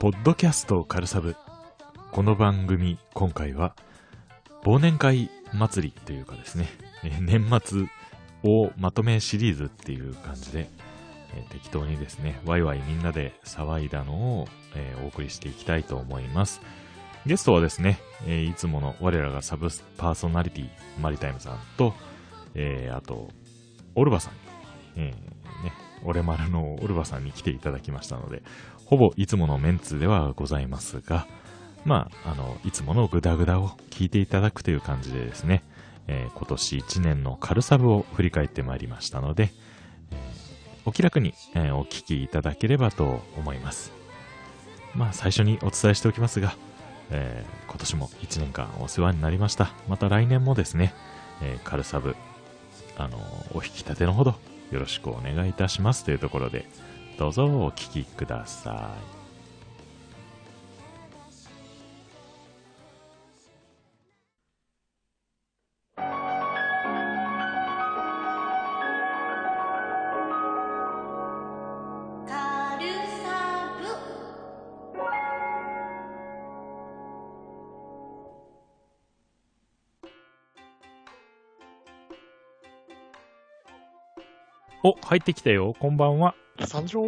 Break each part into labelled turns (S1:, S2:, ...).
S1: ポッドキャストカルサブ。この番組、今回は、忘年会祭りというかですね、えー年末をまとめシリーズっていう感じで、えー適当にですね、ワイワイみんなで騒いだのを、えーお送りしていきたいと思います。ゲストはですね、えーいつもの我らがサブパーソナリティ、マリタイムさんと、えーあと、オルバさん、えーね、オレマルのオルバさんに来ていただきましたので、ほぼいつものメンツではございますが、まあ、あの、いつものグダグダを聞いていただくという感じでですね、えー今年1年のカルサブを振り返ってまいりましたので、えーお気楽に、えーお聞きいただければと思います。まあ、最初にお伝えしておきますが、えー今年も1年間お世話になりました。また来年もですね、えーカルサブ、あの、お引き立てのほどよろしくお願いいたしますというところで、どうぞお聞きください。
S2: カルサブ
S1: お、入ってきたよ。こんばんは。
S3: 参上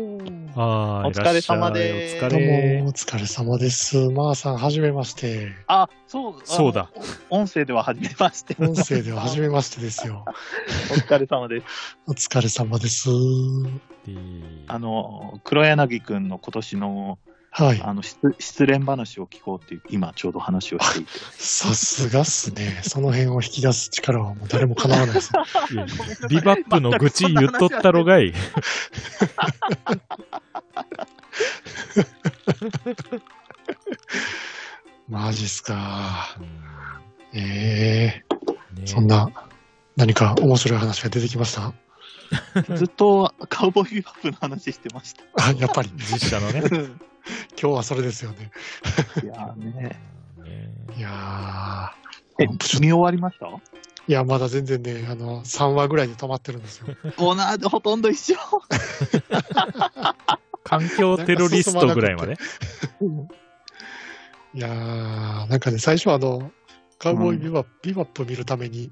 S1: あー
S4: お疲れ様
S1: い
S4: で
S1: ら
S4: す
S1: っしゃい
S3: ど
S1: お疲
S3: うも、
S1: れ。
S3: お疲れ様です。まーさん、はじめまして。
S4: あ、そう、あの
S1: そうだ。
S4: お音声では初めまして。
S3: 音声でははじめましてですよ。
S4: お疲れ様です。
S3: お疲れ様です。
S4: あの、黒柳くんの今年の、
S3: はい。
S4: あの、失失恋話を聞こうっていう、今ちょうど話をして いて。
S3: さすがっすね。その辺を引き出す力はもう誰もかなわないです。
S1: いやビバップの愚痴言っとったろが い。
S3: マジっすか。
S1: う
S3: ええ
S1: んね
S3: そんな、何か面白い話が出てきました
S4: ずっとカウボーイビバップの話してま した。
S3: あ、やっぱり、
S1: 実写のね。
S3: 今日はそれですよね。
S4: いやーね。
S1: ね
S3: いや
S4: え、
S3: ー。ちょ
S4: 見終わりました
S3: いや、まだ全然ね、あの、3話ぐらいで止まってるんですよ。
S4: もうな、ほとんど一緒。
S1: 環境テロリストぐらいまで。
S3: いやー、なんかね、最初はあの、カウボーイビバ,、ビバップ見るために、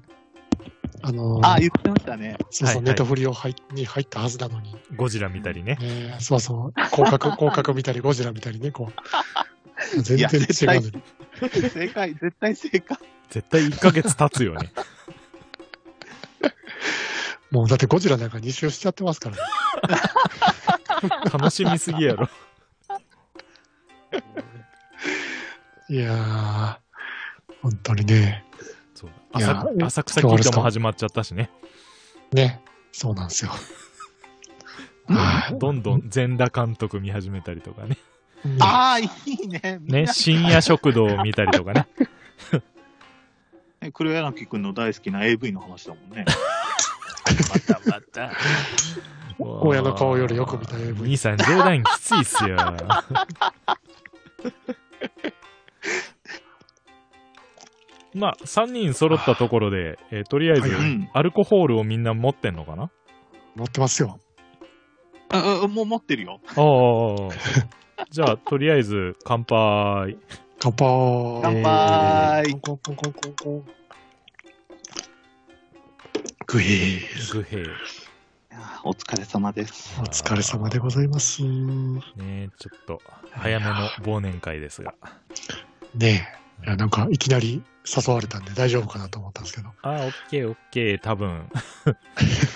S3: あのー
S4: あ、言ってましたね。
S3: そうそう、
S1: はいはい
S3: ネタフリを入っに入ったはずなのに、
S1: ゴジラ見たりね。
S3: ね、そうそう、広 角、広角見たり、ゴジラ見たりね、こう。全
S4: いや
S3: 然
S4: 絶対
S3: 違うのに。
S4: 正解、絶対正解。
S1: 絶対1ヶ月経つよ ね。
S3: もうだってゴジラなんか2周しちゃってますからね。
S1: 楽しみすぎやろ。
S3: いやー、本当にね、
S1: そう
S3: いや
S1: 浅く浅草キッドも始まっちゃったしね。
S3: ね、そうなんですよ。はい
S1: どんどん全裸監督見始めたりとか ね。
S3: うん
S4: ああ、いいね。みん
S1: ね、
S4: な
S1: 深夜食堂を見たりとかね。
S4: ね黒柳くんの大好きな AV の話だも んね。またまた。、
S3: 親の顔よりよく見た AV
S1: 兄さん、冗談きついっす よ。まあ、3人揃ったところで、えーとりあえず
S3: はいう
S4: ん。
S1: アルコホールをみんな持ってんのかな
S3: 持ってますよ。
S4: ああもう持ってるよ。
S1: ああ。じゃあ、とりあえず、乾杯。
S3: 乾杯。
S4: 乾杯
S3: コンコンコンコンコンコン。グイー。
S1: グヘ
S4: いやーお疲れ様です。
S3: お疲れ様でございます。
S1: ねえちょっと、早めの忘年会ですが。
S3: ねえ。いや、なんかいきなり誘われたんで大丈夫かなと思ったんですけど。
S1: あー、オッケーオッケー、多 分。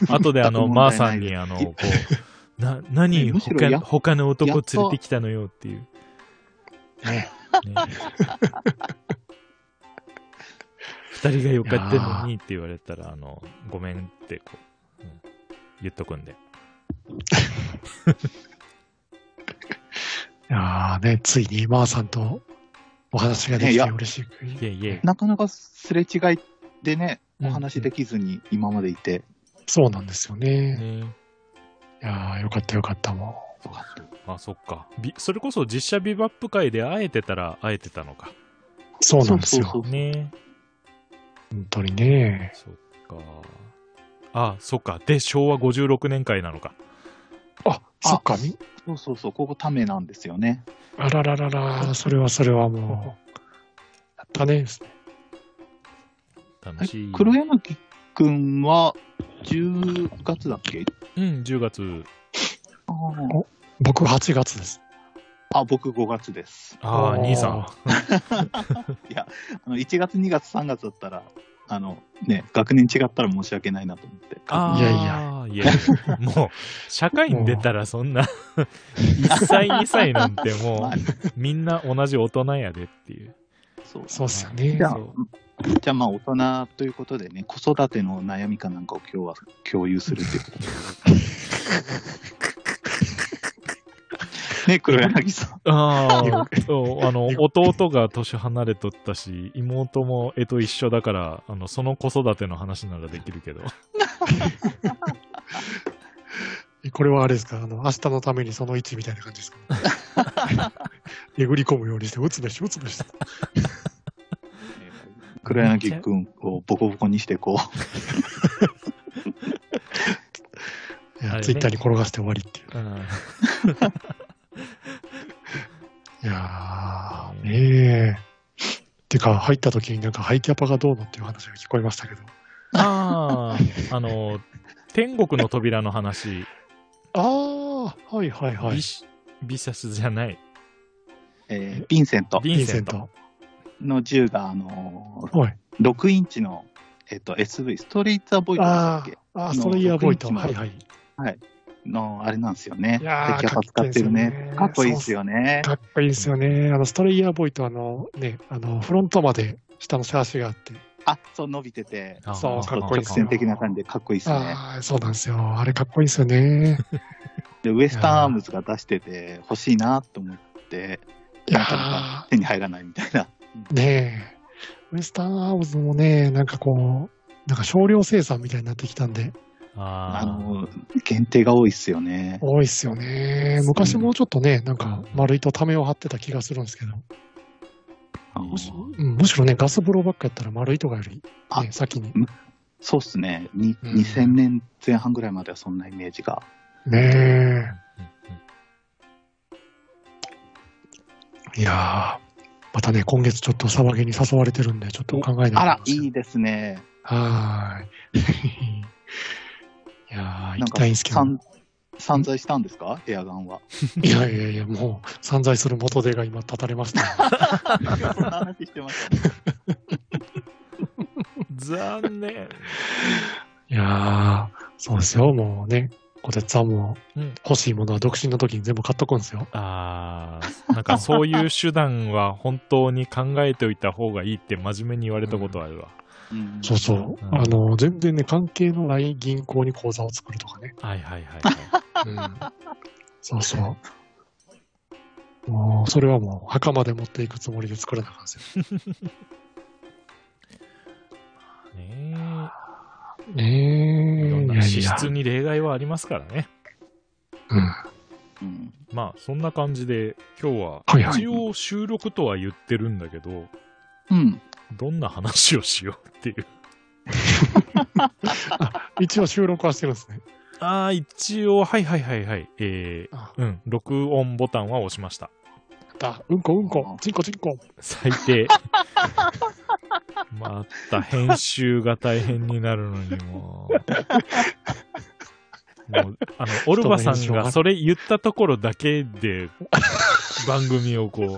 S1: 後であの、
S4: 全く
S1: まー
S4: 問題
S1: さ
S4: ない
S1: ん
S4: です
S1: にあの、こう、な、何、
S4: ねむしろ
S1: 他
S4: や
S1: 他の男
S4: やっ
S1: 連
S4: と
S1: れてきたのよっていう。
S3: ね
S1: ね二人がよかってんのにって言われたら、あの、ごめんってこう、うん言っとくんで。
S3: え。いやーね、ついにマーさんとお話ができ
S4: ねい
S3: て
S4: や
S3: 嬉し
S1: い
S3: い。
S1: えいえ。
S4: なかなかすれ違いでね、お話で
S1: き
S4: きずに今までいて。
S3: そうなんですよね。
S1: ね
S3: いやーよかったよかったも
S1: あ、そっか。びそれこそ実写ビバップ会で会えてたら会えてたのか。
S3: う。そうなんですよ。
S4: そうそう
S1: ね
S3: 本当にね。
S1: そっか。あ、そっか。で、昭和56年会なのか。
S3: あ、そっか、み
S4: そうそうそう、ここためなんですよね。
S3: あらららら、それはそれはもう、やったね。
S1: 楽しい。
S4: 黒柳くんは、10月だっけ
S1: うん、10月。
S4: あ
S3: 僕8月です。
S4: あ、僕5月です。
S1: ああ、
S3: おー
S1: 兄さん。
S4: あの1月、2月、3月だったら、あのね、学年違ったら申し訳ないなと思って。
S1: ああ、いやいや。もう、社会に出たらそんな、1歳、2歳なんても
S4: まあね
S1: う、みんな同じ大人やでっていう。
S4: そう
S3: そうっすよね
S4: じゃ。あ
S1: そう
S4: じゃあまあ大人ということでね、子育ての悩みかなんかを今日は共有す るっていうことで。ね、黒柳さん。
S1: ああ、そう、あの、弟が年離れとったし、妹も絵と一緒だから、あの、その子育ての話ならできるけど。
S3: これはあれですか、あの、明日のためにその1みたいな感じ ですか。えぐり込むようにして、打つべし、打つべし。
S4: 黒柳くんをボコボコにしてこ
S3: い
S1: あ
S3: や
S1: れね
S3: ツイッターに転がして終わりっていう。
S1: うん
S3: いやー、ねえ。てか、入った時になんか、ハイキャパがどうのっていう話が聞こえましたけど。
S1: ああ、あの、天国の扉の話、
S3: あー、はいはいはい
S1: ビ。シビシャスじゃない、
S4: う、えーヴィンセント
S1: ヴ
S3: ヴ
S1: ィ
S3: ィ
S1: ン
S3: ン
S1: セ
S3: セ
S1: ン
S3: ン
S1: ト。
S3: ト。
S4: の銃が、あの
S3: はい。
S4: ー、6インチの、えっと、SV、ストレイツアボイトだっ
S3: あ
S4: け
S3: ー、あース
S4: の
S3: トレイヤーボーイト。
S4: ロックインチ
S3: は
S4: の
S3: いはい。
S4: の、あれなんですよね。
S3: いやー
S4: キャパ使ってるね。か
S3: か
S4: っ
S3: っ
S4: こ
S3: こ
S4: い
S3: いい
S4: いで
S3: ですす
S4: よね。
S3: かっこいいですよね。あの、ストレイヤーボーイト、あの、ね、あの、フロントまで下の背足があって。
S4: あ、そう、伸びてて、
S1: あー
S3: そう
S4: ちょ
S3: かっ
S4: っと
S3: こいい
S4: 直
S3: です
S4: 線
S3: よ
S4: 的な感じでかっこいいですね。
S3: ああ、そうなんですよ。あれかっこいいですよね。
S4: で、ウエスタンアームズが出してて、欲しいなと思って、
S3: いや
S4: なかなか
S3: ー
S4: 手に入らないみたいな。
S3: ねえ。ウエスタンアームズもね、なんかこう、なんか少量生産みたいになってきたんで、
S1: あ
S4: あ
S1: ー
S4: の、限定が多いっすよね。
S3: 多いっすよね。昔もうちょっとね、なんか丸いとためを張ってた気がするんですけど、むしうんむしろね、ガス風呂ばっかやったら丸いとかより、
S4: あ
S3: ね、先に。
S4: そうっすね。に
S3: うん
S4: 2000年前半ぐらいまではそんなイメージが。
S3: ね
S1: うん
S3: え。いやー。またね、今月ちょっと騒ぎに誘われてるんで、ちょっと考えないと
S4: あら、
S3: い
S4: いいですね。
S3: はーい。 いやー、
S4: なん
S3: 行き
S4: か
S3: たいんですけど。
S4: 散、散財したんですかエア ガンは。
S3: いやいやいや、もう散財する元手が今立たれました。
S4: そんな話してましたね。
S1: 残念。
S3: いやー、そうですよ、もうね。小鉄さんも
S1: うん
S3: 欲しいものは独身の時に全部買っとくんですよ。
S1: ああ、なんかそういう手段は本当に考えておいた方がいいって真面目に言われたことあるわ。
S4: うん
S3: そうそう。
S1: うん
S3: あの、全然ね、関係のない銀行に口座を作るとかね。
S1: はいはいはい、はい。
S3: そうそう。もう、それはもう、墓まで持っていくつもりで作らなあかんですよ。
S1: ねえいろ
S3: ね
S1: ん
S3: え。
S1: な資質に例外はありますからね。
S3: うん。
S4: うん。
S1: まあそんな感じで今日は
S3: はいはい
S1: 一応収録とは言ってるんだけど、
S4: うん。
S1: どんな話をしようっていう。
S3: 一応収録はしてるんですね。
S1: ああ、一応、はいはいはいはい。え
S3: あ
S1: ー、うん、録音ボタンは押しました。
S3: だうんこうんこ、ちんこちんこ。
S1: 最低。また編集が大変になるのにもう。もう、あの、オルバさんがそれ言ったところだけで、番組をこ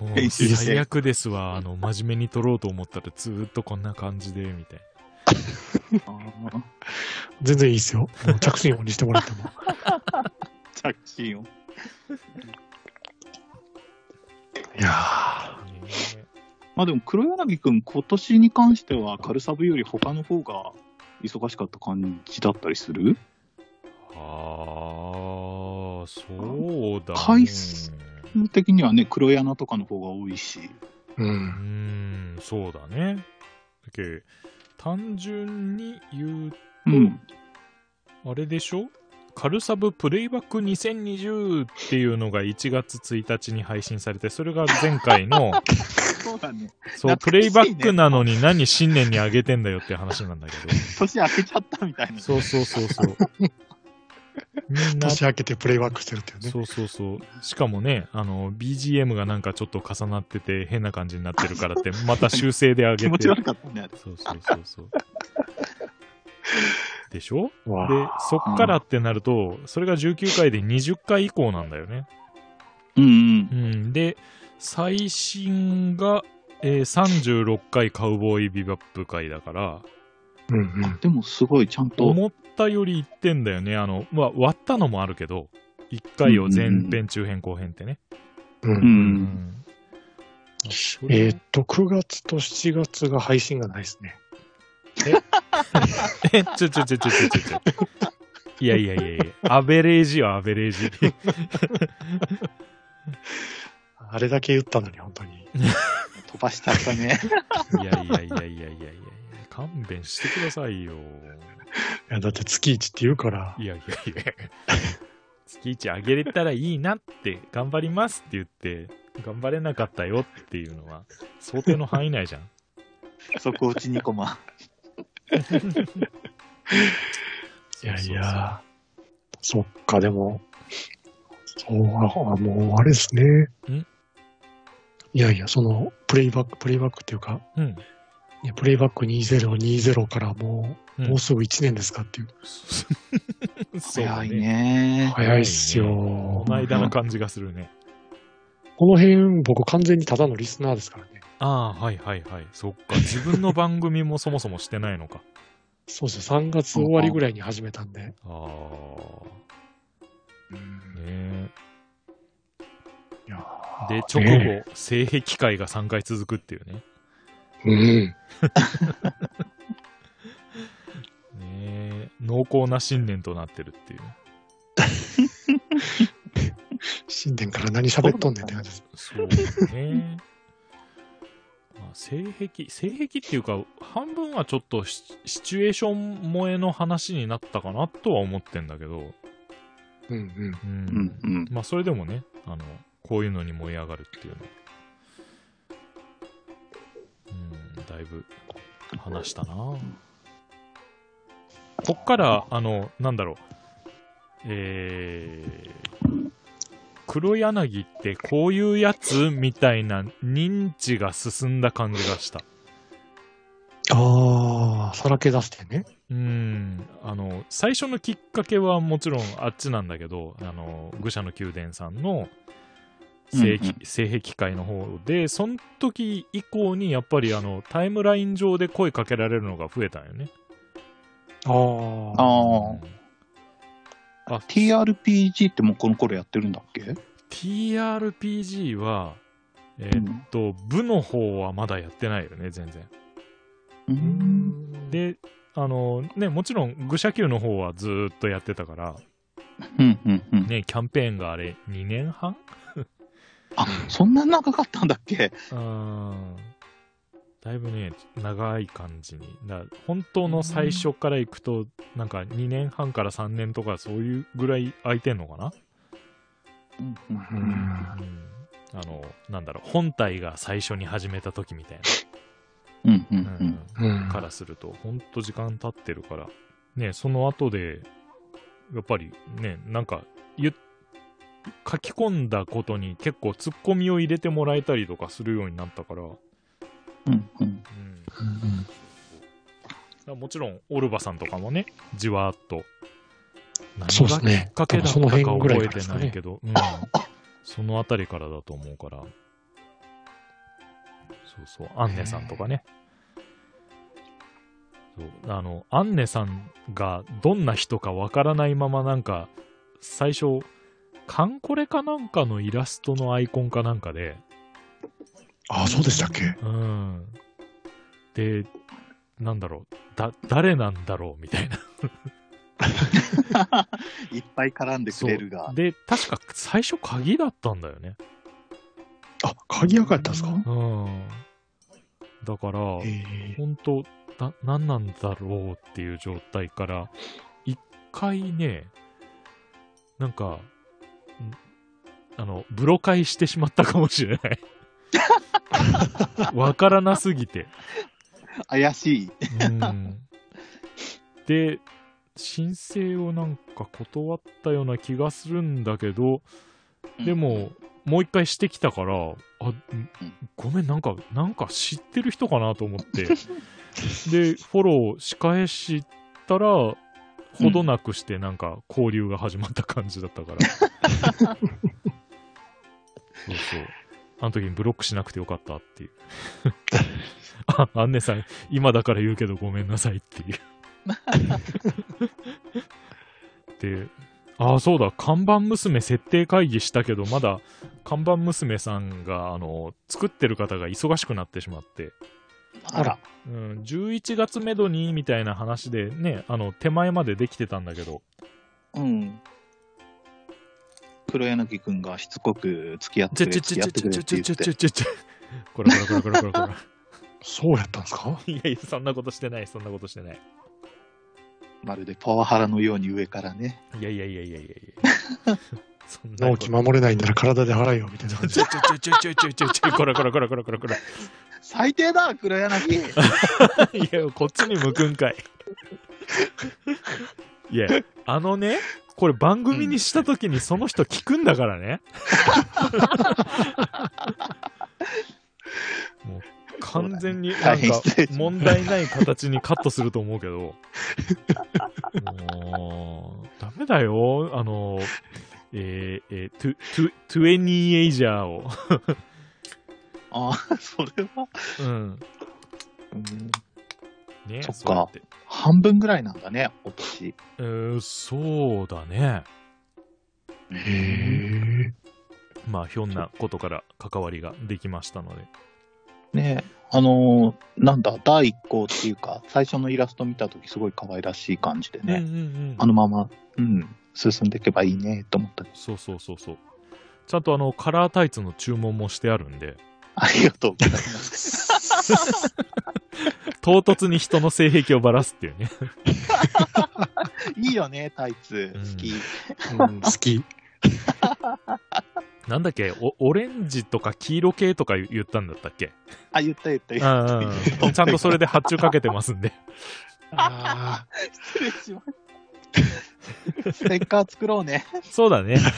S1: う、もう
S4: 編集して
S1: 最悪ですわ。あの、真面目に撮ろうと思ったらずーっとこんな感じで、みたいな。
S4: あー
S3: 全然いいですよ。もう着信音にしてもらって も。
S4: 着信音。
S3: いやー
S1: ね
S4: まあでも黒柳くん、今年に関しては、カルサブより他の方が忙しかった感じだったりする
S1: ああ、そうだ、ね。
S4: 回数基本的にはね、黒柳とかの方が多いし。
S3: う。
S1: うんーん、そうだね。だけ単純に言う、
S4: うん。
S1: あれでしょカルサブプレイバック2020っていうのが1月1日に配信されて、それが前回の、
S4: そうだね。
S1: そう、
S4: 懐かしいね
S1: プレイバックなのに何新年にあげてんだよって話なんだけど。
S4: 年明けちゃったみたいな。
S1: そうそうそうそう。みんな、
S3: 年明けてプレイバックしてるっていうね。
S1: そうそうそう。しかもね、あの、BGM がなんかちょっと重なってて変な感じになってるからって、また修正で上
S5: 気
S1: げ
S5: 持
S1: て
S5: ち。悪かったね。
S1: そうそうそうそう。でしょで
S3: わ、
S1: そっからってなると、それが19回で20回以降なんだよね。
S5: うん
S1: う。ん。で、最新が、えー36回カウボーイビバップ回だから、
S3: うんうん。
S5: でもすごいちゃんと。
S1: 思ったよりいってんだよね。あの、まあ、割ったのもあるけど、1回を前編、中編、後編ってね。
S3: う
S5: うんん。
S1: それ
S3: えーっと、9月と7月が配信がないですね。
S1: え、 ちょちょちょちょちょちょちょ。いやいやいやいや、アベレージよ、アベレージ。
S3: あれだけ言ったのに、本当に。
S5: 飛ばしたったね。
S1: いやいやいやいやいやいや勘弁してくださいよ。
S3: いやだって月1って言うから、
S1: いやいやいや。月一上げれたらいいなって、頑張りますって言って、頑張れなかったよっていうのは、想定の範囲内じゃん。
S5: そこ落ち2コマ。
S3: いやいや、そっか、でも、そう、あもう、あれですね。
S1: ん
S3: いやいや、その、プレイバック、プレイバックっていうか、
S1: そうそう。うん。
S3: いやプレイバック2020からもう、
S1: うん
S3: もうすぐ1年ですかっていう。
S1: そうだ
S5: 早い。ね。
S3: 早いっすよ
S1: こ。の間の感じがするね。
S3: この辺、僕完全にただのリスナーですからね。
S1: ああ、はいはいはい。そっか。自分の番組もそもそもしてないのか。
S3: そうですね、3月終わりぐらいに始めたんで。
S1: ああ。ね
S3: いや
S1: え。で、直後、性癖会が3回続くっていうね。
S3: うん。
S1: ねえ。濃厚な信念となってるっていう。
S3: 新年から何喋っとんねんって感じです。
S1: そうね。まあ、性癖、性癖っていうか、半分はちょっとシシチュエーション萌えの話になったかなとは思ってんだけど、
S3: うんうん。
S1: う
S5: うんん。うん。
S1: まあ、それでもね、あの、こういうのに燃え上がるっていうのは。うん、だいぶ話したなこっから、あの、なんだろう。えー、黒柳ってこういうやつみたいな認知が進んだ感じがした。
S3: ああ、さらけ出してね。
S1: うん、あの、最初のきっかけはもちろんあっちなんだけど、あの、愚者の宮殿さんの性
S5: うん
S1: 癖性癖会の方で、その時以降にやっぱりあの、タイムライン上で声かけられるのが増えたんよね。
S3: ああ。
S5: あ
S1: あ。あ、
S5: あ。TRPG ってもうこの頃やってるんだっけ
S1: TRPG は、えーっと、部の方はまだやってないよね、全然。
S5: う。
S3: うんん
S1: で、あの、ね、もちろん愚者級の方はずーっとやってたから、
S5: うん。うん。うん。
S1: ね、キャンペーンがあれ2年半
S5: あ、そんな長かったんだっけ
S1: うんだいぶね、長い感じに。だ本当の最初から行くと、なんか2年半から3年とかそういうぐらい空いてんのかな、
S5: うん。うん
S3: う
S5: うん
S3: ん
S1: うん、あの、なんだろう、本体が最初に始めた時みたい
S5: うん。うん。う
S1: な。うんん。
S3: うん
S1: からすると、ほんと時間経ってるから。ね、その後で、やっぱりね、なんか、ゆ書き込んだことに結構ツッコミを入れてもらえたりとかするようになったから、う
S5: うん。うん。
S1: ん、だからもちろん、オルバさんとかもね、じわーっと。
S3: そうですね
S1: 何がきっかけだったか
S3: 多分その辺ぐらい
S1: 覚え
S3: から
S1: て
S3: ですか
S1: な
S3: ね
S1: いけど、うん、そのあたりからだと思うから。そうそう、アンネさんとかね。そう、あの、アンネさんがどんな人かわからないままなんか、最初、カンコレかなんかのイラストのアイコンかなんかで、
S3: ああ、そうでしたっけ
S1: うん。で、なんだろう、だ、誰なんだろうみたいな。
S5: いっぱい絡んでくれるが。
S1: で、確か最初鍵だったんだよね。
S3: あ、鍵垢やったんですか
S1: うん。だから、
S3: え
S1: 本当な、何なんだろうっていう状態から、一回ね、なんか、んあの、ブロ解してしまったかもしれ ない。わから なすぎて。
S5: 怪しい。
S1: うんで、申請をなんか断ったような気がするんだけど、でも、もう一回してきたから、あ、んごめん、なんか、なんか知ってる人かなと思って、で、フォローし返したら、ほどなくしてなんか交流が始まった感じだったから。 そうそう。あの時にブロックしなくてよかったっていう。 あ、アンネさん、今だから言うけどごめんなさいって いう。で、ああ、そうだ、看板娘設定会議したけど、まだ看板娘さんが、あの、作ってる方が忙しくなってしまって、
S3: あら。
S1: うん、11月めどにみたいな話でね、あの、手前までできてたんだけど、
S5: うん。黒柳くんがしつこく付き合っ
S1: ち
S5: て
S1: ょ
S5: く
S1: ち
S5: れ、
S1: ょち
S5: 付き
S1: ょ
S5: 合っ
S1: ち
S5: てくれ
S1: ょち
S5: っ
S1: ょち
S5: て言
S1: ょ
S5: っ
S1: ちょ
S5: て
S1: ちょ。ちょちょ、こらこらこらこらこらこら。
S3: そうやったんですか
S1: いやいや、そんなことしてない、そんなことしてない。
S5: まるでパワハラのように上から ね。
S1: いやいやいやいやいやいや。そんな
S3: 納
S1: こと
S3: 期守れないんなら体で払えよみたいな感じ
S1: ちょちょちょちょちょちょちょちょ、こらこらこらこらこらこら。
S5: 最低だ、黒柳
S1: いや、こっちに向くんかい。いや、あのね、これ番組にした時にその人聞くんだからね。もう完全になん
S5: 大変
S1: か
S5: 失礼しました
S1: 問題ない形にカットすると思うけど。もう、ダメだよ。あの、えー、えー、トゥ、トゥ、トゥエニーエイジャーを。
S5: ああ、それは、
S1: うん。
S5: うん
S1: ね、
S5: そっか
S1: うやて
S5: 半分ぐらいなんだね、お年。
S1: えーそうだね。
S3: へ
S1: まあ、ひょんなことから関わりができましたので。
S5: ねえあのーなんだ、第一項っていうか、最初のイラスト見たときすごい可愛らしい感じでね、
S1: うんうん
S5: あのまま、うん、進んでいけばいいね、と思った。
S1: そうそうそうそう。ちゃんとあの、カラータイツの注文もしてあるんで、
S5: ありがとうございます。
S1: 唐突に人の性癖をばらすっていうね。
S5: いいよね、タイツ。好き。
S3: うん 好き。
S1: なんだっけおオレンジとか黄色系とか言ったんだったっけ
S5: あ、言った言った
S1: う
S5: 言
S1: ん
S5: っ
S1: う
S5: た。
S1: んうん。ちゃんとそれで発注かけてますんで。
S3: あ
S5: 失礼しました。ステッカー作ろうね。
S1: そうだね。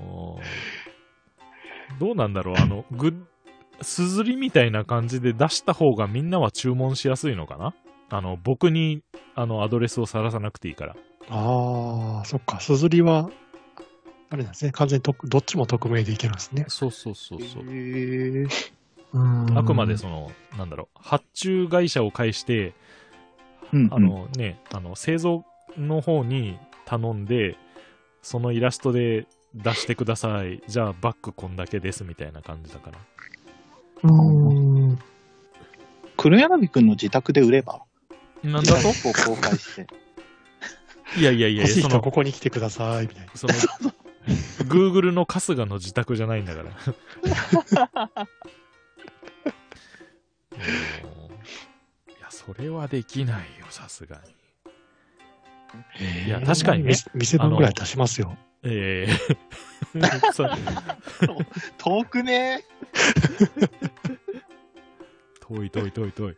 S1: おーどうなんだろうあの、ぐ、すずりみたいな感じで出した方がみんなは注文しやすいのかなあの、僕に、あの、アドレスを晒さなくていいから。
S3: あ。ああ、そっか。すずりは、あれなんですね。完全にとどっちも匿名でいけるんですね。
S1: そうそうそうそう。
S5: へえ
S3: うん
S1: あくまでその、なんだろう、発注会社を介して、
S5: うん
S1: あのね、あの、製造の方に頼んで、そのイラストで出してください。じゃあ、バックこんだけです、みたいな感じだから。
S3: うん。
S5: 黒柳くんの自宅で売れば、
S1: なんだと
S5: 自宅を公開して。
S1: いやいやいや、
S3: 欲しい
S1: そ
S3: 人は
S1: の
S3: こ、こに来てください、みたいな。
S1: その、Google の春日の自宅じゃないんだ から。もういや、それはできないよ、さすがに。いや、確かにね。
S3: 店店分ぐらい出しますよ。
S1: えー そう
S5: 遠くね。
S1: 遠い遠い遠い遠い。
S3: い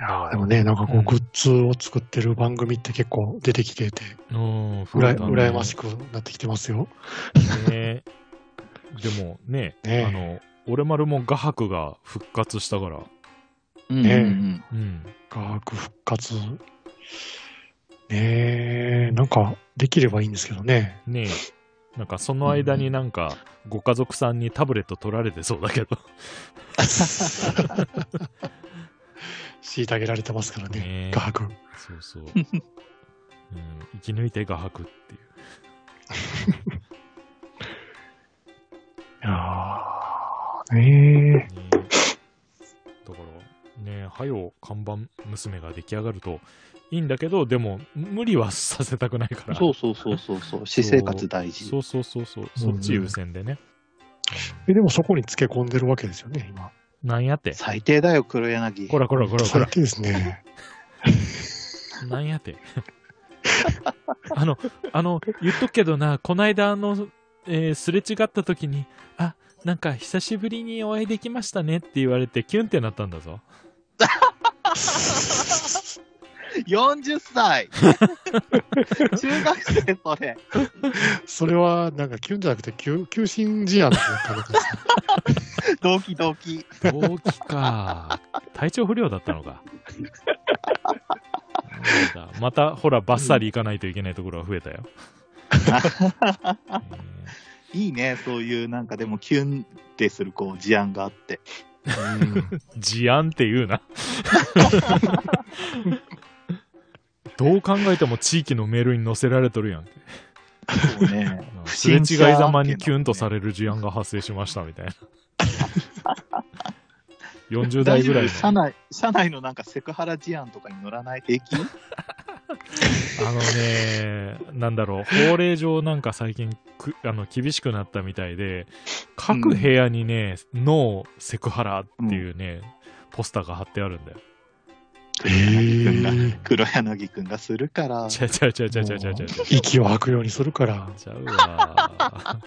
S3: やーでもね、なんかこ
S1: う
S3: う、
S1: ん
S3: グッズを作ってる番組って結構出てきてて、
S1: うん、
S3: うら、羨まし
S1: く
S3: くなってきてますよ。
S1: ね。でもね、
S3: ね
S1: あの、俺丸も画伯が復活したから、
S5: うん
S3: ねえ
S5: うん
S1: うん、
S3: 画伯復活。ねえ、なんか、できればいいんですけど ね。
S1: ねえ、なんかその間になんか、ご家族さんにタブレット取られてそうだけど。
S3: 虐げられてますから
S1: ね
S3: ね、画伯。
S1: そう そう。うん、生き抜いて画伯っていう。
S3: いやーね
S1: ねえ、だから、ねえ、はよ、看板娘が出来上がるといいんだけど、でも、無理はさせたくないから。
S5: そうそうそうそうそう。私生活大事。
S1: そうそうそうそう、そっち優先でね。
S3: え。えでもそこにつけ込んでるわけですよね、今。
S1: なんやって。
S5: 最低だよ、黒柳。
S1: こらこらこらこ
S3: 最
S1: ら。
S3: 低ですね。
S1: なんやて。 あの、あの、言っとくけどな、こないだあの、えーすれ違った時に、あ、なんか久しぶりにお会いできましたねって言われてキュンってなったんだぞ。
S4: 40歳 中学生それ。
S3: それは、なんか、キュンじゃなくて、求求心事案の食べ方ですね
S4: ドキドキ。
S1: 同期か。体調不良だったのか。そうだまた、ほら、バッサリ行かないといけないところが増え たよ。
S4: いいね、そういうなんかでもキュンってするこう事案があって。
S1: 事案って言う な。どう考えても地域のメールに載せられとるやん。
S4: そうね。不
S1: すれ違
S4: 審
S1: い
S4: 者
S1: ざまにキュンとさ
S4: れ
S1: れる事案が発生しましたみ たいな。40代ぐらいの
S4: 社内、社内のなんかセクハラ事案とかに乗らない平均
S1: あのね、なんだろう、法令上なんか最近くあの厳しくなったみたいで、各部屋にね、ノーセクハラっていうね、ポスターが貼ってあるんだよ。
S3: へえ。
S4: 黒柳くんがするから。
S1: ちゃちゃちゃちゃちゃちゃちゃちゃ。
S3: 息を吐くようにするから。
S1: ちゃうわ。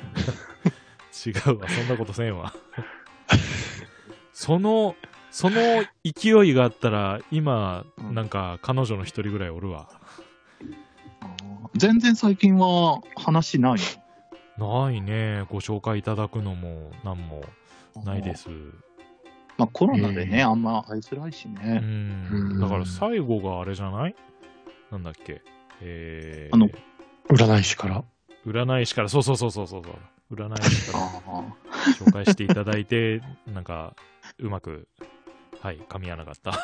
S1: 違うわ、そんなことせんわ。その、その勢いがあったら、今、
S4: うん
S1: なんか彼女の一人ぐらいおるわ。
S4: 全然最近は話ない
S1: ないね、ご紹介いただくのも、なんも、
S4: の
S1: ないで。す。
S4: まあコロナで
S3: え
S4: ね、
S3: え
S4: あんま会いづらいし
S1: う
S4: ね。
S1: ん。だから最後があれじゃないなんだっけえー、
S4: あの
S3: 占い師から。
S1: 占い師から、そうそうそうそうそうそう。占い師から
S4: ああ。
S1: 紹介していただいて、 なんか、うまく、はい、噛み合わなかった。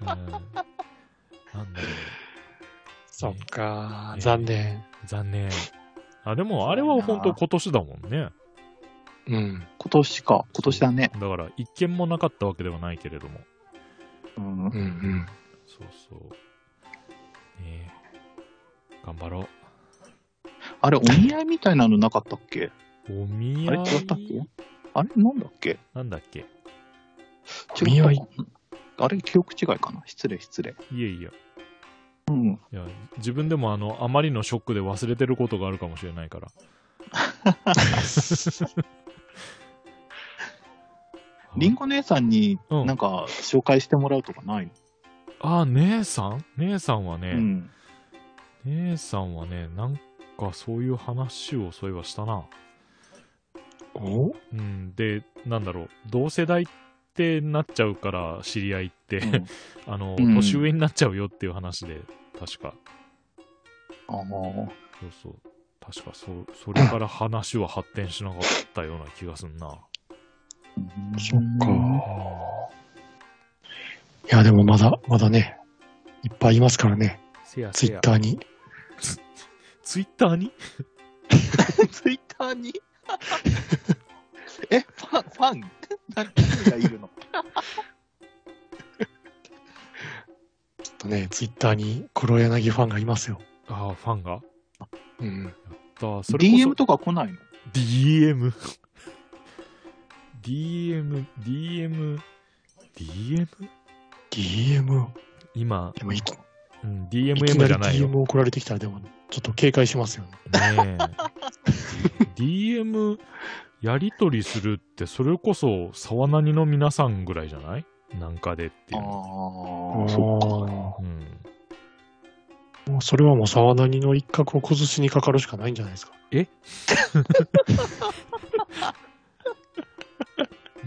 S1: うんなんだろう、
S3: そっか
S1: え。え
S3: 残念。
S1: 残念。あ、でも、あれは本当今年だもんね。
S3: うん。
S4: 今年か。今年だね。
S1: だから、一件もなかったわけではないけれども。
S4: うん
S3: うんうん。
S1: そうそう。ねえ頑張ろ
S4: あれ、お見合いみたいなのなかったっけ
S1: う。お見
S4: あ
S1: 合
S4: れ違ったっ
S1: い
S4: けあれなんだっけ
S1: なんだっけ
S4: 違
S3: お見合い
S4: ったかあれ、記憶違いかな失礼、失礼。
S1: いえいえ。
S4: うん。
S1: いや、自分でもあの、あまりのショックで忘れてることがあるかもしれない から。
S4: りんご姉さんに
S1: うん
S4: なんか紹介してもらうとかない
S1: あ、姉さん姉さんは
S4: の、
S1: ね、姉さんはね、なんかそういう話をそういえばしたな。
S3: お
S1: うん、で、なんだろう、同世代ってなっちゃうから、知り合いって、
S4: うん。うん、
S1: あの、
S4: うん
S1: 年上になっちゃうよっていう話で、確か。
S4: あー
S1: そうそう。確かそう、それから話は発展しなかったような気がすんな。
S4: うん
S3: そっか。いや、でもまだ、まだね、いっぱいいますからね。
S1: せや
S3: ツイッターに。
S1: ツイッターに
S4: ツイッターに え、ファン、ファン 何何がいるの
S3: ちょっとね、ツイッターに黒柳ファンがいますよ。
S1: ああ、ファンが。
S3: うん。
S1: だそれこそ
S4: ?DM とか来ないの
S1: DM。DM、DM、DM?
S3: DM。
S1: 今、
S3: でもいき、
S1: うん、
S3: いきな
S1: DMM じ
S3: り
S1: ゃないよ。
S3: DM 送られてきたら、でも、ちょっと警戒しますよね。
S1: ねえ。DM やり取りするって、それこそ沢何の皆さんぐらいじゃないなんかでって
S4: あ
S1: い
S4: あ
S1: うの。
S4: ー、そっか。
S1: うん。
S3: あーもうそれはもう沢谷の一角を崩しにかかるしかないんじゃないですか。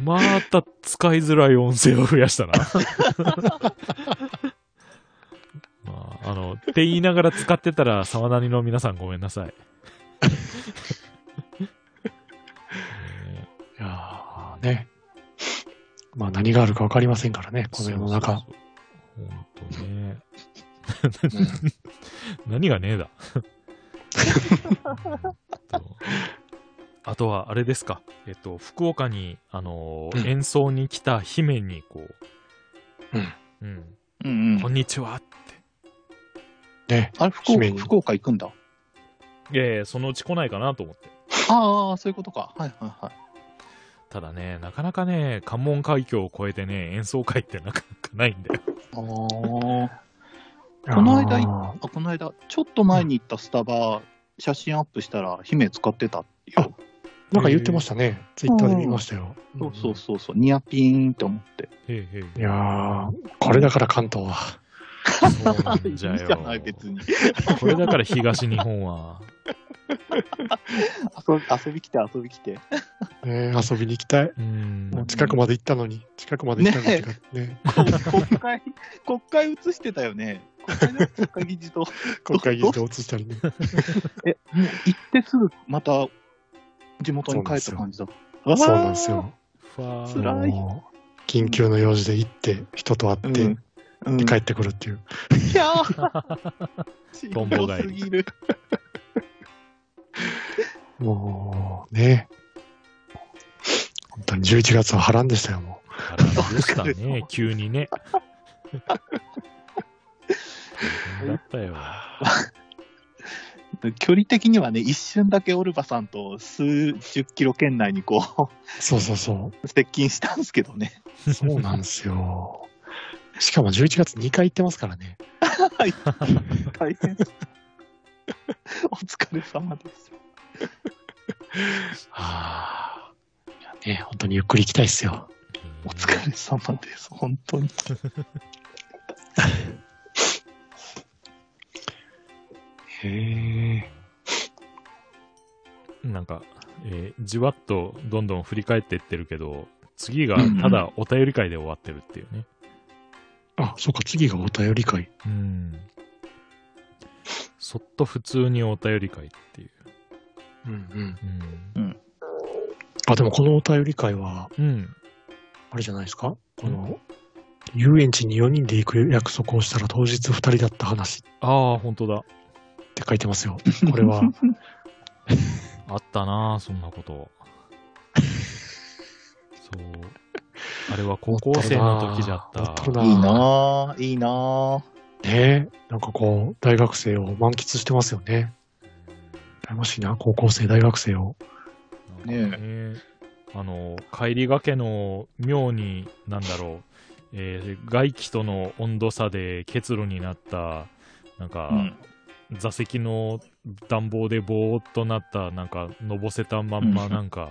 S1: また使いづらい音声を増やしたな。まあ、あの、って言いながら使ってたら、沢谷の皆さんごめんなさい。ね
S3: いやーね。まあ何があるかわかりませんからね、この世の中。。
S1: 本当ね。 何がねえだ。うんとあとは、あれですか。えっと、福岡に、あのー
S3: うん
S1: 演奏に来た姫に、こう、うん。
S4: うんうん
S1: こんにちはって。
S3: ね。
S4: あれ福岡
S3: 姫に
S4: 福岡行くんだ。
S1: いやいや、そのうち来ないかなと思って。
S4: ああ、そういうことか。はいはいはい。
S1: ただね、なかなかね、関門海峡を越えてね、演奏会ってなかなかないんだよ。
S4: あー
S3: こ
S4: の間あこの間、ちょっと前に行ったスタバ、写真アップしたら、姫使ってたよ。
S3: なんか言ってましたね。ツイッターで見ましたよ。
S4: そうそうそうそう、ニアピーンって思って。
S1: へえへ
S3: いやー、これだから関東は。
S1: え。そうないん
S4: い
S1: じ
S4: じ
S1: ゃ
S4: ゃ
S1: よ。
S4: ない、別に。
S1: これだから東日本は。
S4: 遊び遊び来て、遊び来て。
S3: ね、遊びに行きたい。
S1: うん。
S3: もう近くまで行ったのに、近くまで行ったのに
S4: ね
S3: ね、
S4: 国会、国会映してたよね。国会の国会議 事堂。
S3: 国会議事堂移した りね。
S4: もう行ってすぐ、また、地元に帰った感じだ。
S3: そうなんですよ。
S1: ふわー
S4: 辛い
S3: もう緊急の用事で行って、人と会
S4: あ
S3: っ
S4: ー。
S3: て、
S4: うんうん、
S3: で帰ってくるっていう。
S4: いやーしん
S1: トンボ
S4: ど
S1: 帰り
S4: すぎる。
S3: もう、ね。本当に11月は波乱でしたよ、も
S1: あらでしたね、 急にね。大変だったよ。
S4: 距離的にはね、一瞬だけオルバさんと数十キロ圏内にこ、
S3: う。そうそうそう
S4: 接近したんですけどね。
S3: う。そうなんですよ。しかも11月2回行ってますからね。
S4: 大変。お疲れ様です。
S3: はあ。いやね、本当にゆっくり行きたいっすよ。
S4: お疲れ様です。本当に。
S3: へえ。
S1: なんか、えーじわっとどんどん振り返っていってるけど、次がた だお便り会で終わってるっていうね。
S3: あ、そうか、次がお便り会。
S1: うん。そっと普通にお便り会っていう。
S3: うんうん。
S1: うん。
S3: あ、でもこのお便り会は、
S1: うん。
S3: あれじゃないですかこの、遊園地に4人で行く約束をしたら当日2人だった話っ
S1: ああ、本当だ。
S3: て書いてますよ。これ は、
S1: あったなあそんなこと。そう。あれは高校生の時じゃった。
S3: 持っとるなあ
S4: いいなぁ、いいなぁ。
S3: ねなんかこう、大学生を満喫してますよね。羨ましいな、高校生、大学生を。
S1: なんかねあの、帰りがけの妙に、なんだろう、えー外気との温度差で結露になった、なんか、
S4: うん
S1: 座席の暖房でぼーっとなった、なんか、のぼせたまんま、
S4: うん
S1: なんか、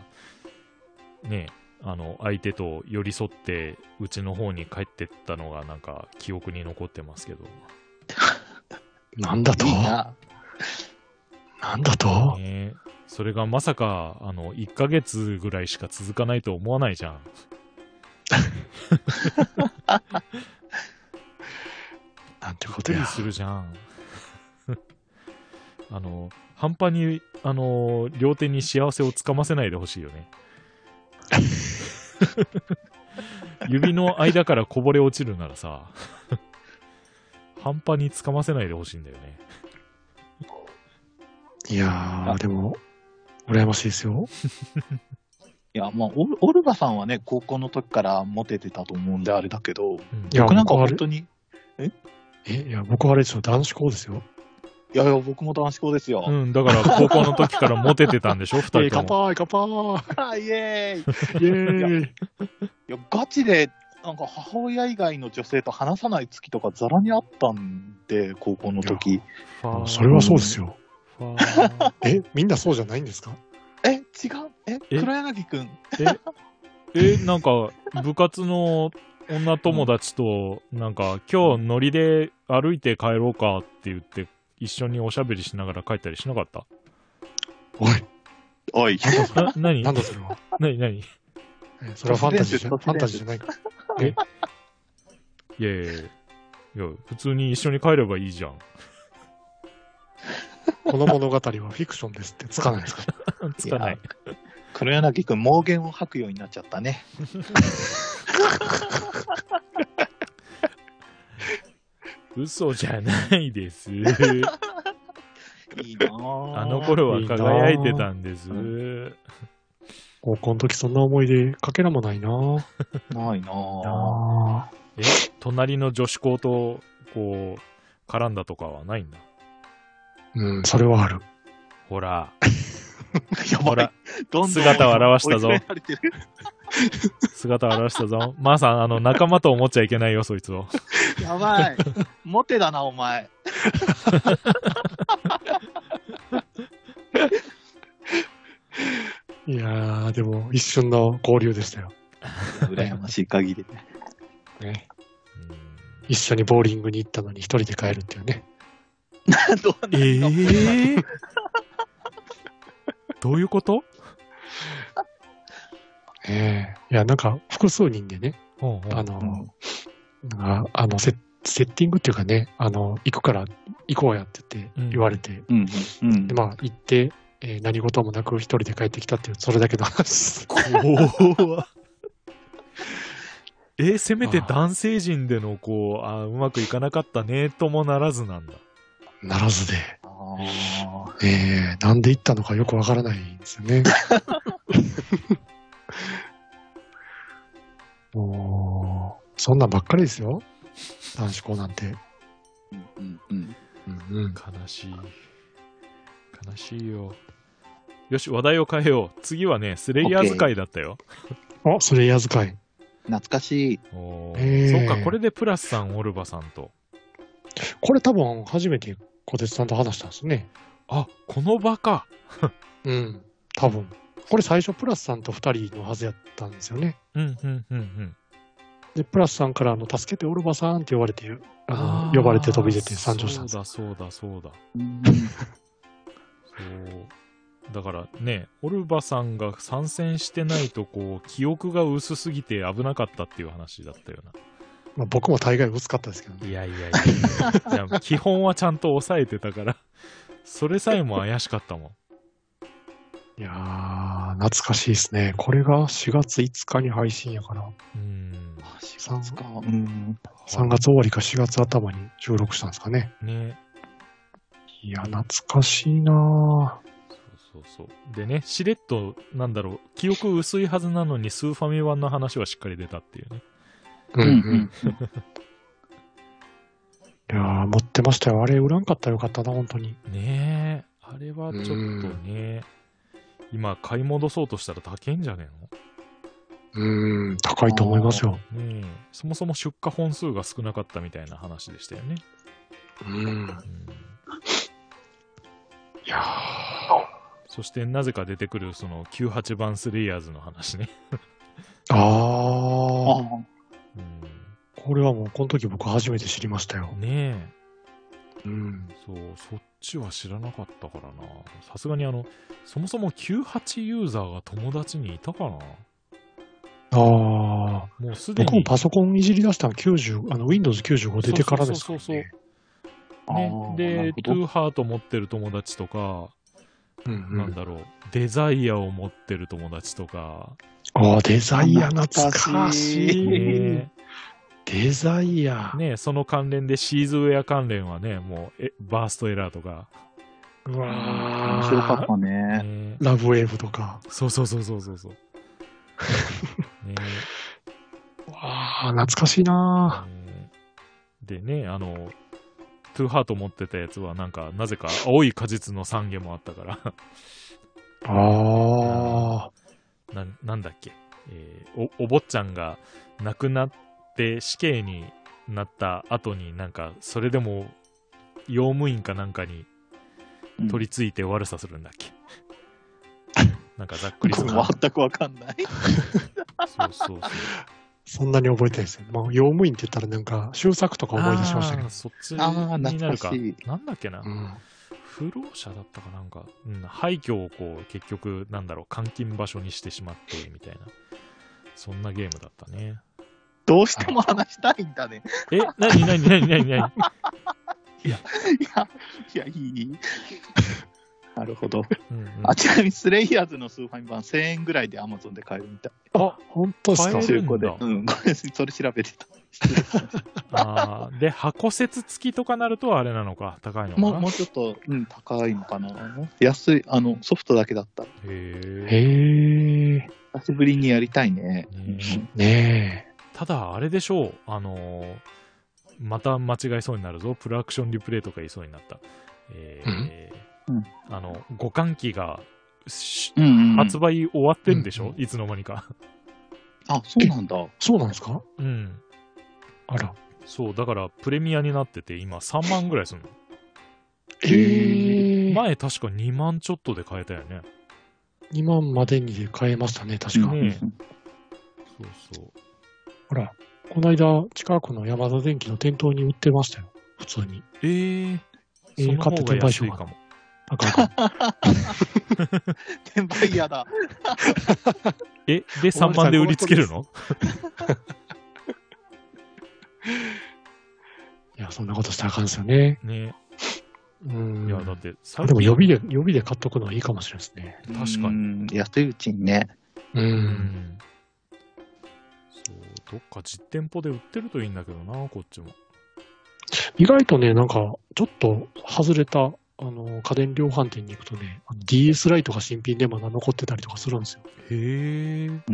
S1: ねあの、相手と寄り添って、うちの方に帰ってったのが、なんか、記憶に残ってますけど。
S3: なんだと
S4: いいな
S3: なんだと
S1: ねそれがまさか、あの、1ヶ月ぐらいしか続かないと思わないじゃん。
S3: なんてこ
S1: び
S3: と
S1: っくり
S3: や。
S1: するじゃん。 あの、半端に、あの、両手に幸せをつかませないでほしいよ ね。指の間からこぼれ落ちるならさ、半端につかませないでほしいんだよね。
S3: いやー、でも、羨ましいですよ。
S4: いや、まあ、オルオルバさんはね、高校の時からモテてたと思うんで、あれだけど、
S1: うん
S3: いや
S4: 僕なんか
S3: 僕あれ
S4: 本当に、い
S3: え、いや、僕はあれですよ、男子校ですよ。
S4: やいや、僕も男子校ですよ。
S1: うん、だから高校の時からモテてたんでしょ、
S3: え
S1: 二
S3: ー、
S1: 人と
S3: 乾
S1: も。
S3: 杯、乾杯
S4: あイエーイ
S3: イェーイ
S4: いや、ガチで、なんか母親以外の女性と話さない月とかざらにあったんで、高校の時。
S1: ファー
S3: それはそうですよ。
S1: ファー
S3: え、みんなそうじゃないんですか
S4: え、違うえ、
S1: え
S4: 黒柳くん。
S1: え、なんか、部活の女友達と、なんか、今日ノリで歩いて帰ろうかって言って、一緒におしゃべりしながら帰ったりしなかった
S3: おい、
S4: おい。
S1: な、なにな
S3: な
S1: ん
S3: だそれは。
S1: になにい
S3: えそれはファンタジーじゃ、フ
S4: 都市伝説
S3: ァンタジーじゃないから。
S1: やいやいや。いや、普通に一緒に帰ればいいじゃん。
S3: この物語はフィクションですってつかないですか
S1: つかない
S4: い。黒柳くん、盲言を吐くようになっちゃったね。
S1: 嘘じゃないです。
S4: いいなぁ
S1: あの頃は輝いてたんです。
S4: いいな
S3: 高校の時そんな思い出、かけらもないなぁ。
S4: ないなぁ
S3: あ
S1: え、隣の女子校と、こう、絡んだとかはないんだ。
S3: うん、それはある。
S1: ほら、
S4: やば
S1: ほ
S4: い
S1: ら、
S4: どんどん
S1: 姿を現したぞ
S4: 追い詰められてる
S1: 姿を現したぞ。まーさん、あの、仲間と思っちゃいけないよ、そいつを。
S4: やばい。モテだな、お前。
S3: いややー、でも一瞬の交流でしたよ。
S5: 羨ましい限り。
S3: ね、一緒にボーリングに行ったのに一人で帰るっていうね。
S4: どう
S1: え
S4: なん
S1: え
S4: だ
S1: ー、どういうこと
S3: ええいや、なんか複数人でね、
S1: ほうほう
S3: あの、なんかあのセ、セッティングっていうかね、あの、行くから行こうやって言って
S1: うん
S3: 言われて、
S5: うん。うん
S3: で、。まあ行って、えー何事もなく一人で帰ってきたっていう、それだけの話。
S1: 怖っえ、せめて男性陣での、こう、あうまくいかなかったね、ともならずなんだ。
S3: ならずで、
S4: あー
S3: えーなんで行ったのかよくわからないんです よね。もう、そんなんばっかりですよ。男子校なんて。
S5: うんうん。
S3: うんうん。
S1: 悲しい。悲しいよ。よし、話題を変えよう。次はね、スレイヤーズ会だったよ。
S3: あ、それや遣い。
S4: 懐かしい。
S1: おー
S3: へー
S1: そっか、これでプラスさん、オルバさんと。
S3: これ多分初めて小鉄さんと話したんですね。
S1: あ、この場か。
S3: うん。多分。これ最初プラスさんと2人のはずやったんですよね。
S1: うん、うん、うん、うん。
S3: で、プラスさんからあの、助けてオルバさんって呼ばれて、あ
S1: あー
S3: の呼ばれて飛び出て参上したんです。
S1: そうだ、そうだ、そうだ。
S5: うん
S1: そうだからねオルバさんが参戦してないとこう記憶が薄すぎて危なかったっていう話だったよ
S3: まあ、僕も大概薄かったですけどね。
S1: ないやいやいや いや基本はちゃんと抑えてたからそれさえも怪しかったもん
S3: いやー、懐かしいですね。これが4月5日に配信やから、
S1: うーん
S5: あ4月か。うん。
S3: 3月終わりか4月頭に収録したんですかね。
S1: ね
S3: いや、懐かしいな
S1: そうそうそうでねしれっとなんだろう記憶薄いはずなのにスーファミ版の話はしっかり出たっていうね
S3: ー。うん
S5: う
S3: うん。い
S5: ん
S3: やー、持ってましたよ。あれ、売らんかったらよかったな、本当に。
S1: ねえあれはちょっとね今買い戻そうとしたら高いんじゃねえの
S3: うん、高いと思いますよ。
S1: ねえ、そもそも出荷本数が少なかったみたいな話でしたよね。
S3: うん。
S1: うん
S3: いやー
S1: そしてなぜか出てくるその98番スレイヤーズの話ね。
S3: あー
S5: ああ。
S1: う
S3: これはもうこの時僕初めて知りましたよ
S1: ん、。ね
S3: うん
S1: え、。そう、そっちは知らなかったからな。さすがにあの、そもそも98ユーザーが友達にいたかな。
S3: ああ。
S1: もうすでに。
S3: 僕もパソコンいじり出したの90、あの Windows95 出てからですから、ね。
S1: そうそうそう
S5: あーな
S1: ね、で
S5: る、
S1: ト
S5: ほ
S1: ゥー
S5: ど
S1: ハート持ってる友達とか、
S3: うんう
S1: なん
S3: ん、
S1: だろう、デザイアを持ってる友達とか、
S3: ああ、デザイア懐かしい。
S1: ね
S3: デザイア。
S1: ね、その関連でシーズウェア関連はね、もうえバーストエラーとか、
S3: う
S5: 面
S3: わ
S5: 白かっ
S3: ー
S5: たね。
S1: ね、
S3: ラブウェーブとか。
S1: そうそうそうそうそうそう。ね
S3: わあ、懐かしいな
S1: ねでね、あの、トゥーハート持ってたやつは、なんか、なぜか青い果実の懺悔もあったから、
S3: ーああ。
S1: ななんだっけ、えーお、お坊ちゃんが亡くなって死刑になった後に、なんか、それでも、用務員かなんかに
S5: うん
S1: 取り付いて悪さするんだっけ。なんかざっく りそんな
S4: 全くわかんない。
S1: そうそうそう。
S3: そんなに覚えてないですよ。まあ、用務員って言ったらなんか、修作とか思い出しましたけ
S1: あー
S3: ど。
S1: そっち
S4: あー
S1: になるか。
S4: 懐かし
S1: なんだっけな、
S3: うん、
S1: 不老者だったかなんか、うん、廃墟をこう、結局、なんだろう、監禁場所にしてしまって、みたいな。そんなゲームだったね。
S4: どうしても話したいんだね。
S1: え、なになになになになに
S4: いや、いや、いい。
S5: なるほど。
S1: うんうん
S4: あ、ちなみにスレイヤーズのスーファミ版1000円ぐらいで Amazon で買えるみたい。
S3: あ、本当ですか
S1: 買え。る
S5: 中
S1: んだ
S5: 古で。うん。これ、それ調べてた。失礼しました
S1: あーで、箱説付きとかなると、あれなのか、高いのかな。
S4: もうもうちょっと、うん、高いのかな。安い、あの、ソフトだけだった。
S1: へえ。
S3: へえ。
S4: 久しぶりにやりたいね。
S1: ね
S3: ね
S1: ただ、あれでしょう、あのーまた間違いそうになるぞ、プロアクションリプレイとか言いそうになった。えー
S5: うん
S1: あの、互換機が、し
S4: うん、うん。
S1: 発売終わってんでしょ、
S3: うん
S1: いつの間にか。
S4: あ、そうなんだ。
S3: え。そうなんですか
S1: うん。
S3: あら。
S1: そう、だからプレミアになってて、今3万ぐらいするの。
S3: へえ。
S1: 前確か2万ちょっとで買えたよね。
S3: 2万までにで買えましたね、確か。
S1: うんねそうそう。
S3: ほら、この間、近くの山田電機の店頭に売ってましたよ、普通に。
S1: えー、
S3: えー
S1: その方が安いかも。
S3: あかんあかん
S4: 転売屋だ。
S1: え、で3万で売りつけるの
S3: いや、そんなことしたらあかんですよね。
S1: ね
S3: うん。
S1: いや、だって、最
S3: でも予備で、予備で買っとくのはいいかもしれないですね。
S1: 確かに。
S4: に。安いうちにね。
S1: う
S3: う。
S1: んん。そう、どっか実店舗で売ってるといいんだけどな、こっちも。
S3: 意外とね、なんか、ちょっと外れた、あの、家電量販店に行くとね、あの DS ライトが新品でまだ残ってたりとかするんですよ。
S1: へえ。
S4: うー
S1: あ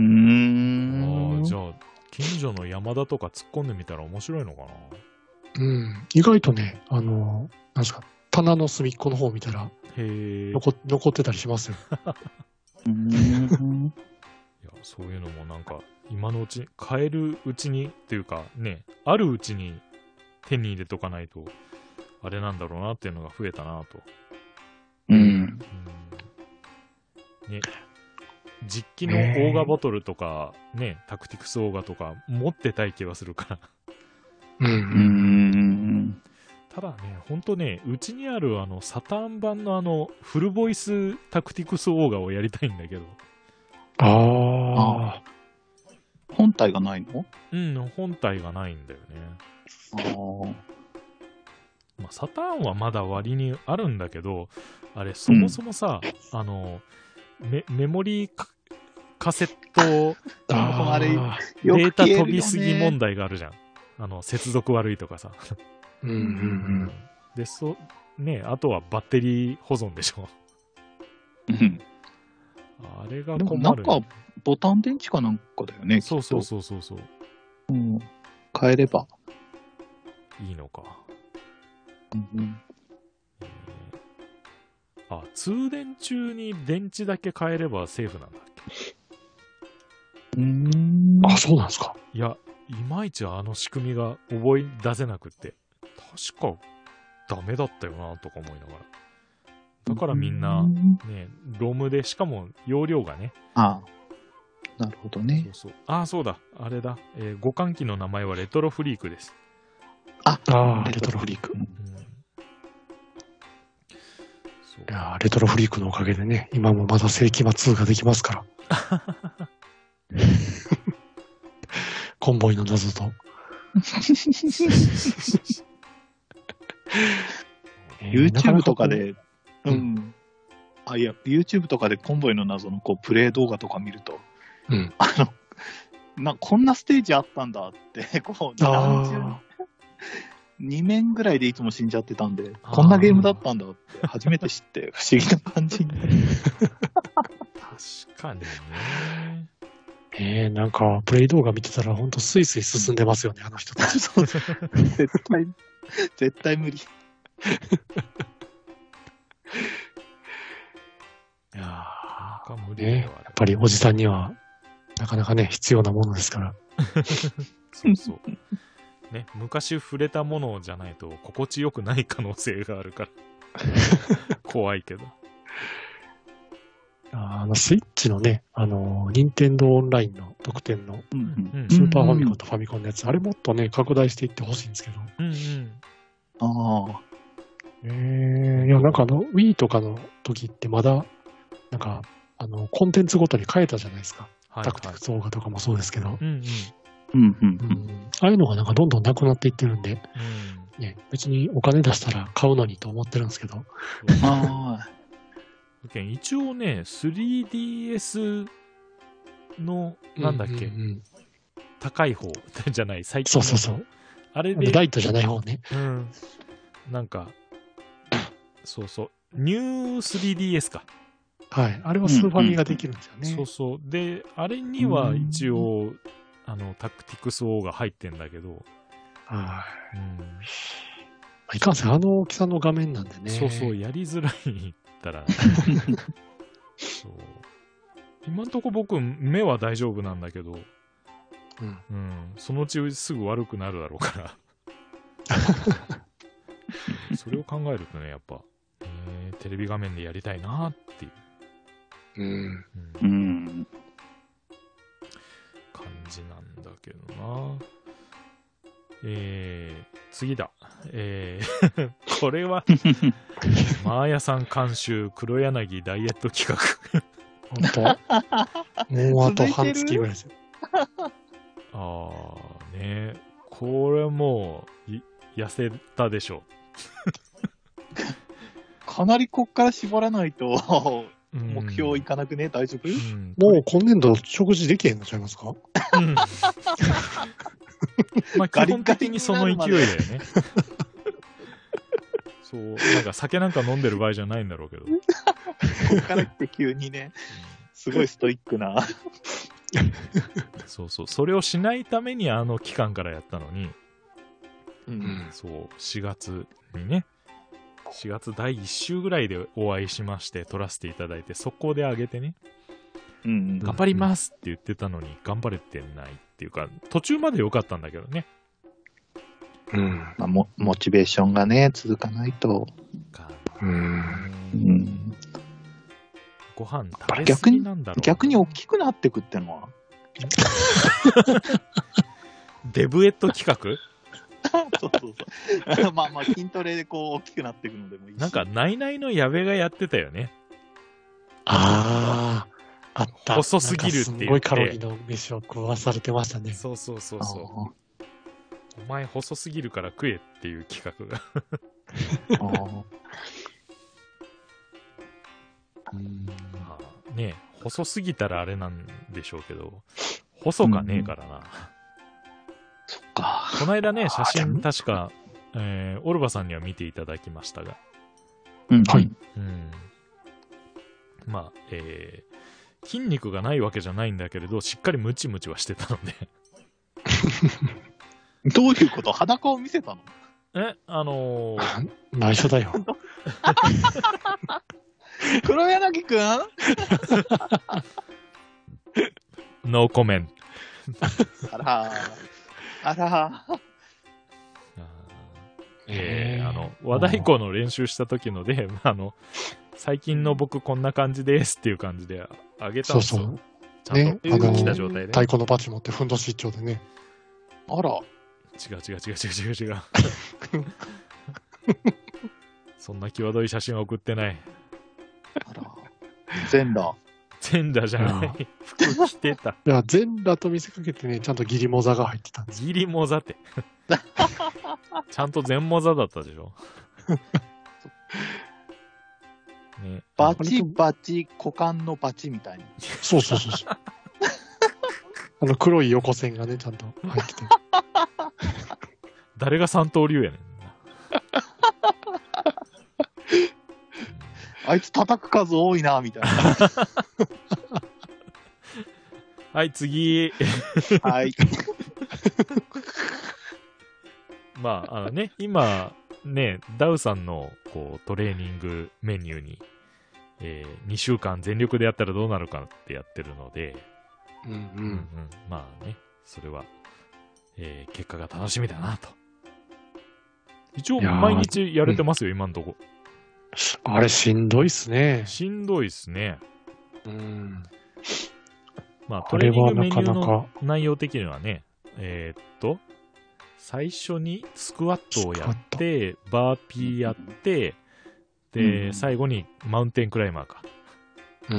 S4: ん。
S1: ーじゃあ、近所の山田とか突っ込んでみたら面白いのかな。
S3: うん。意外とね、あの、なんですか、棚の隅っこの方を見たら
S1: へえ。い
S3: 残残ってたりしますよ。
S4: うーん
S1: や、そういうのもなんか、今のうちに、買えるうちにっていうか、ね、あるうちに手に入れとかないと、あれなんだろうなっていうのが増えたなと。
S4: うん。
S1: うんね、実機のオーガボトルとか、ね、タクティクスオーガとか持ってたい気はするから。
S3: う。
S4: うんん。
S1: ただね、ほんとね、うちにあるあの、サターン版のあの、フルボイスタクティクスオーガをやりたいんだけど。
S3: ああ。
S4: 本体がないの
S1: うん、本体がないんだよね。
S4: あー
S1: まあ、サターンはまだ割にあるんだけど、あれ、そもそもさ、あの、メメモリーカカセット
S4: あれ
S3: あー
S4: よ
S1: デー
S4: く
S1: タ
S4: 消えるよ
S1: 飛
S4: ね
S1: びすぎ問題があるじゃん。あの、接続悪いとかさ。
S3: うんうん
S1: で、そ、ね、あとはバッテリー保存でしょ。
S4: うん
S1: あれが
S4: で
S1: 困
S4: も
S1: る、
S4: なんかボタン電池かなんかだよね。
S1: そうそう
S4: き
S1: そうそうそう。
S4: っと。うん変えれば。
S1: いいのか。
S4: うん
S1: えーあ、通電中に電池だけ変えればセーフなんだっけ
S4: うん
S3: うん。あ、そうなんですか。
S1: いや、いまいちあの仕組みが覚え出せなくって。確か、ダメだったよな、とか思いながら。だからみんな
S4: う、
S1: ね、ロムで、しかも容量がね、
S4: ああなるほどね
S1: そ。うそう。ああ、そうだ。あれだ。えー互換機の名前はレトロフリークです。
S3: ああ、レトロフリーク。
S1: うん。そう
S3: いやーレトロフリークのおかげでね、今もまだ世紀末ができますから。 コンボイの謎と。
S4: YouTube とかで、
S3: うん
S4: うん。あ、いや、YouTube とかでコンボイの謎のこうプレイ動画とか見ると、
S3: うん
S4: あの、な、こんなステージあったんだって、 こう、何十
S3: あ
S4: 2面ぐらいでいつも死んじゃってたんで、
S1: あー
S4: こんなゲームだったんだって、初めて知って、 不思議な感じになる。
S1: 確かにね。
S3: ーえーなんか、プレイ動画見てたら、ほんとスイスイ進んでますよね、あの人たち。
S4: そう絶対、絶対無理。
S3: いやーや
S1: なんか無理
S3: ね
S1: ではある
S3: っぱりおじさんには、なかなかね、必要なものですから。
S1: そうそう。ね、昔触れたものじゃないと心地よくない可能性があるから。怖いけど。
S3: あの、スイッチのね、あのー、任天堂オンラインの特典の
S4: うんうん
S1: うん。
S3: スーパーファミコンとファミコンのやつ、あれもっとね、拡大していってほしいんですけど。
S1: うんうん。
S4: ああ、
S3: えー、いや、なんかあの、Wii とかの時ってまだ、なんか、あの、コンテンツごとに変えたじゃないですか。
S1: はい
S3: タクティ
S1: は
S3: クスオーガとかもそうですけ
S1: い。。
S3: ど
S1: うんうん。うん。
S4: うんうん
S3: う
S4: うんん。
S3: ああいうのがなんかどんどんなくなっていってるんで、ね、別にお金出したら買うのにと思ってるんですけど。
S1: そうそう
S4: ああ、
S1: けん一応ね、3DS の、なんだっけ、
S3: うううん
S1: 高い方じゃない、最近
S3: そ
S1: の
S3: うそうそう。
S1: あれ
S3: あの
S1: で
S3: ライトじゃない方ね。
S1: うん。なんか、そうそう、ニュー 3DS か。
S3: はい。あれはスーファミができるんですよね。
S1: そうそう。で、あれには一応、あの、タクティクス王が入ってんだけど、
S3: はい
S1: うん
S3: まあ。いかんせん、あの大きさの画面なんでね。
S1: そうそう、やりづらいったら、そう。今んとこ僕、目は大丈夫なんだけど、
S3: うん。
S1: うん、そのうちすぐ悪くなるだろうから。それを考えるとね、やっぱ、えーテレビ画面でやりたいなっていう。
S3: ううん。
S1: うん
S5: うん。
S1: 感じなんだけどな。えー、次だ。えー、 これは、マーヤさん監修、黒柳ダイエット企画。
S3: 本 当もうあと
S4: 続いてる
S3: 半月ぐらいですよ。
S1: あー、ねこれもう、い痩せたでしょ
S4: かなりこっから絞らないと、
S1: う。うん
S4: 目標いかなくね、大丈夫
S1: うん、
S3: もう今年度食事できへんのちゃいますか
S1: うんまあ、
S4: ガ
S1: 基
S4: リ
S1: 本
S4: ガリ
S1: 的
S4: に
S1: にその勢いだよ ね。そう、なんか酒なんか飲んでる場合じゃないんだろうけど。
S4: こっからって急にね、すごいストイックな。
S1: そうそう、それをしないためにあの期間からやったのに、
S4: う。
S3: うん
S1: そう、4月にね、4月第1週ぐらいでお会いしまして、撮らせていただいて、そこであげてね、
S4: うん。
S1: 頑張りますって言ってたのに、頑張れてないっていうか、途中まで良かったんだけどね。
S3: うん。
S4: まあ、モモチベーションがね、続かないと。
S3: うん。
S4: うん。
S1: ご飯食べ過ぎなんだろうな
S4: 逆に大きくなってくってのは、
S1: デブエット企画
S4: そうそうそう。まあまあ、筋トレでこう、大きくなっていくのでもいいし。
S1: なんか、、ナイナイの矢部がやってたよね。
S3: ああ、あった。
S1: 細すぎるって言って
S3: なんかすごいカロリーの飯を食わされてましたね。
S1: そうそうそうそ
S4: あ
S1: う。お前細すぎるから食えっていう企画が。
S4: ーあ
S1: まあねえ細すぎたらあれなんでしょうけど、細かねえからな。
S4: そっか。
S1: この間ね、写
S3: で
S1: 真
S3: も
S1: 確か、えーオルバさんには見ていただきましたが、
S4: うん。
S3: はい。
S1: うん。まあ、えー筋肉がないわけじゃないんだけれど、しっかりムチムチはしてたので、
S4: どういうこと裸を見せたの
S1: え、あの ー
S3: 内緒だよ。
S4: 黒柳くん
S1: ノーコメント。
S4: あらー。あらー。
S1: あーえ
S3: へ
S1: ー
S3: ー
S1: あの、和太鼓の練習した時ので、 まああの、最近の僕こんな感じですっていう感じであげたんで
S3: そう
S1: す
S3: そ
S1: よ。
S3: う。
S1: ちゃんと
S3: ねあの
S1: 来た状態でね。
S3: 太鼓のバチ持ってふんどし一丁でね。
S4: あら。
S1: 違う違う違う違う違う違う。そんな際どい写真は送ってない。
S4: あら。全裸。
S1: 全裸じゃな
S3: あ
S1: い。服着てた。
S3: いや、全裸と見せかけてね、ちゃんとギリモザが入ってたんです。
S1: ギリモザって。ちゃんと全モザだったでしょ。ね、
S4: バチバチ、股間のバチみたいな。
S3: そうそう そうそう。あの黒い横線がね、ちゃんと入ってて。
S1: 誰が三刀流やねん。
S4: あいつ叩く数多いな、みたいな。
S1: はい、次。
S4: はい。
S1: まあ、あのね、今、ね、ダウさんのこうトレーニングメニューに、え2週間全力でやったらどうなるかってやってるので、
S3: うんう
S1: うん
S3: ん。
S1: まあね、それは、えー結果が楽しみだなと。一応、
S3: いやー
S1: 毎日やれてますよ、今んとこ。
S3: あれしんどいっすね。
S1: しんどいっすね。
S3: うん。
S1: まあ、ト
S3: こ
S1: レ
S3: れ
S1: ーニン
S3: は
S1: グメ
S3: な
S1: ニ
S3: か
S1: ュー
S3: な
S1: の
S3: か。
S1: 内容的にはね、えーっと、最初にスクワットをやって、バーピーやって、で、
S4: うん
S1: 最後にマウンテンクライマーか。
S3: う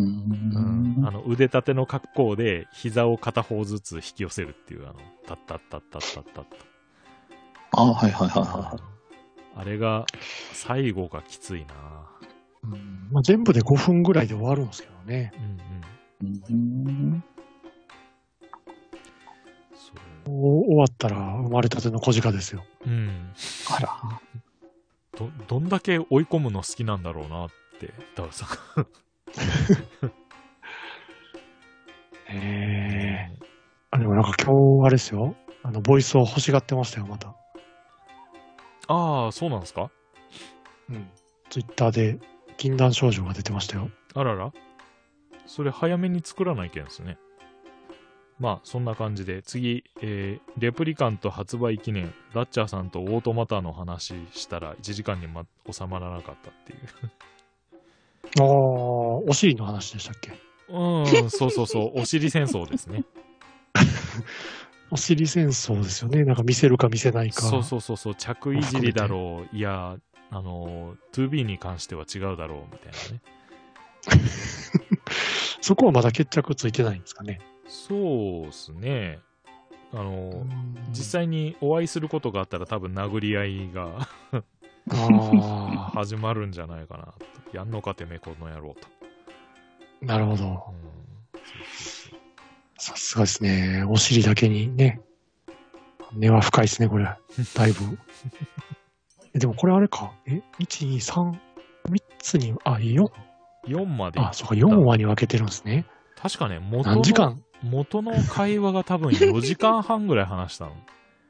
S3: ん。
S4: う
S1: あの腕立ての格好で膝を片方ずつ引き寄せるっていう、あの、タッタッタッタッタッタッ
S4: あ、はいはいはい
S1: タ
S4: は
S1: あれが、最後がきついな
S3: うんまあ、全部で5分ぐらいで終わるんですけどね。
S1: うんうん。
S4: い。うん
S1: そう。
S3: お終わったら生まれたての小鹿ですよ。
S1: うん。
S4: あら。
S1: ど、どんだけ追い込むの好きなんだろうなって、ダウさん。
S3: へえ。あ、でもなんか今日あれですよ。あの、ボイスを欲しがってましたよ、また。
S1: ああ、そうなんですか
S3: うん。ツイッターで禁断症状が出てましたよ。
S1: あらら。それ早めに作らないけんですね。まあ、そんな感じで、次、えーレプリカント発売記念、ダッチャーさんとオートマターの話したら1時間に、ま、収まらなかったっていう。
S3: ああ、お尻の話でしたっけ
S1: うん、 そうそうそう、お尻戦争ですね。
S3: お尻戦争ですよね。なんか見せるか見せ ないか。
S1: そうそうそうそう、着いじりだろう、いや、あの、2B に関しては違うだろう、みたいなね。
S3: そこはまだ決着ついてないんですかね。
S1: そうですね。あの、実際にお会いすることがあったら多分殴り合いが
S3: あ
S1: 始まるんじゃないかなと。やんのかてめえこの野郎と。
S3: あ、なるほど。
S1: うんそうそうそう
S3: さすがですね。お尻だけにね。根は深いですね、これ。だいぶ。 えでもこれあれか。え ?1、2、3、3つに、あ、4。
S1: 4まで行っ
S3: あ、
S1: た。
S3: そうか、4話に分けてるんですね。
S1: 確かね、元
S3: 何時
S1: の、
S3: 間
S1: 元の会話が多分4時間半ぐらい話したの。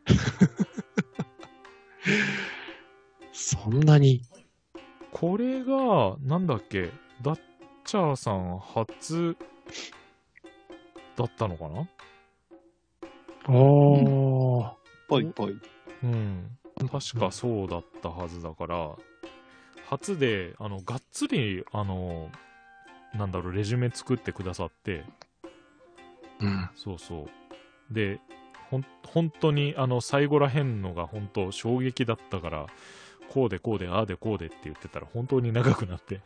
S3: そんなに。
S1: これが、なんだっけ、ダッチャーさん初だったのかな
S3: ああ、
S5: ぱいいっぱい。
S1: うん。確かそうだったはずだから、初で、あの、がっつり、あの、なんだろう、レジュメ作ってくださって、
S3: うん。
S1: そうそう。で、ほん、本当に、あの、最後らへんのが本当衝撃だったから、こうでこうで、ああでこうでって言ってたら、本当に長くなって。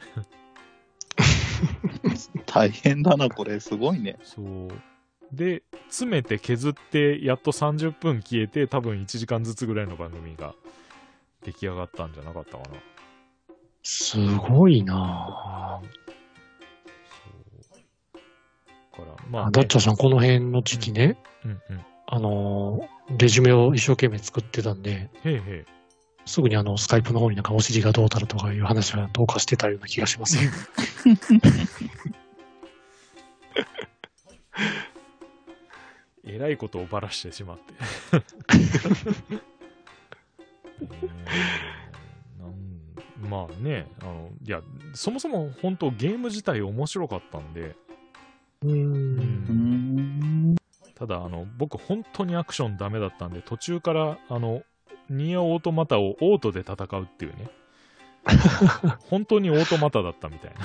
S5: 大変だな、これ。すごいね。
S1: そう。で、詰めて削って、やっと30分消えて、多分1時間ずつぐらいの番組が出来上がったんじゃなかったかな。
S3: すごいな
S1: そう。から、まあ、
S3: あ。
S1: ね、
S3: ダッチャーさん、この辺の時期ね、
S1: うんうん。
S3: あのー、レジュメを一生懸命作ってたんで、
S1: へえへ
S3: すぐにあの、スカイプの方になんかお尻がどうたらとかいう話がどうかしてたような気がします。
S1: え。えらいことをばらしてしまって。 ねえなんまあね、あの、いや、そもそも本当ゲーム自体面白かったんで、
S3: うー。
S1: うん
S5: ん。
S1: ただ、あの、僕本当にアクションダメだったんで、途中から、あの、ニアオートマタをオートで戦うっ ていうね。本当にオートマタだったみたいな。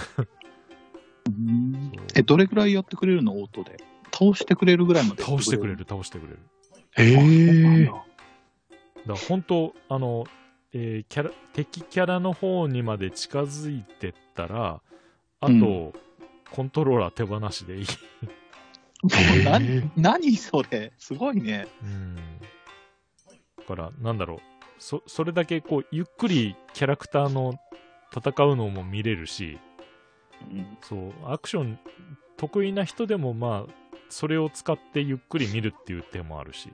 S5: え、どれくらいやってくれるのオートで。倒してくれるぐらいまで。
S1: 倒してくれ。る、倒してくれる。
S3: ええー。
S1: だから本当あの、えーキャラ敵キャラの方にまで近づいてったらあと、
S5: うん
S1: コントローラー手放しでいい、
S5: 何何それ。すごいね。
S1: うん、だからなんだろうそそれだけこうゆっくりキャラクターの戦うのも見れるし
S5: うん
S1: そうアクション得意な人でもまあそれを使ってゆっくり見るっていう手もあるし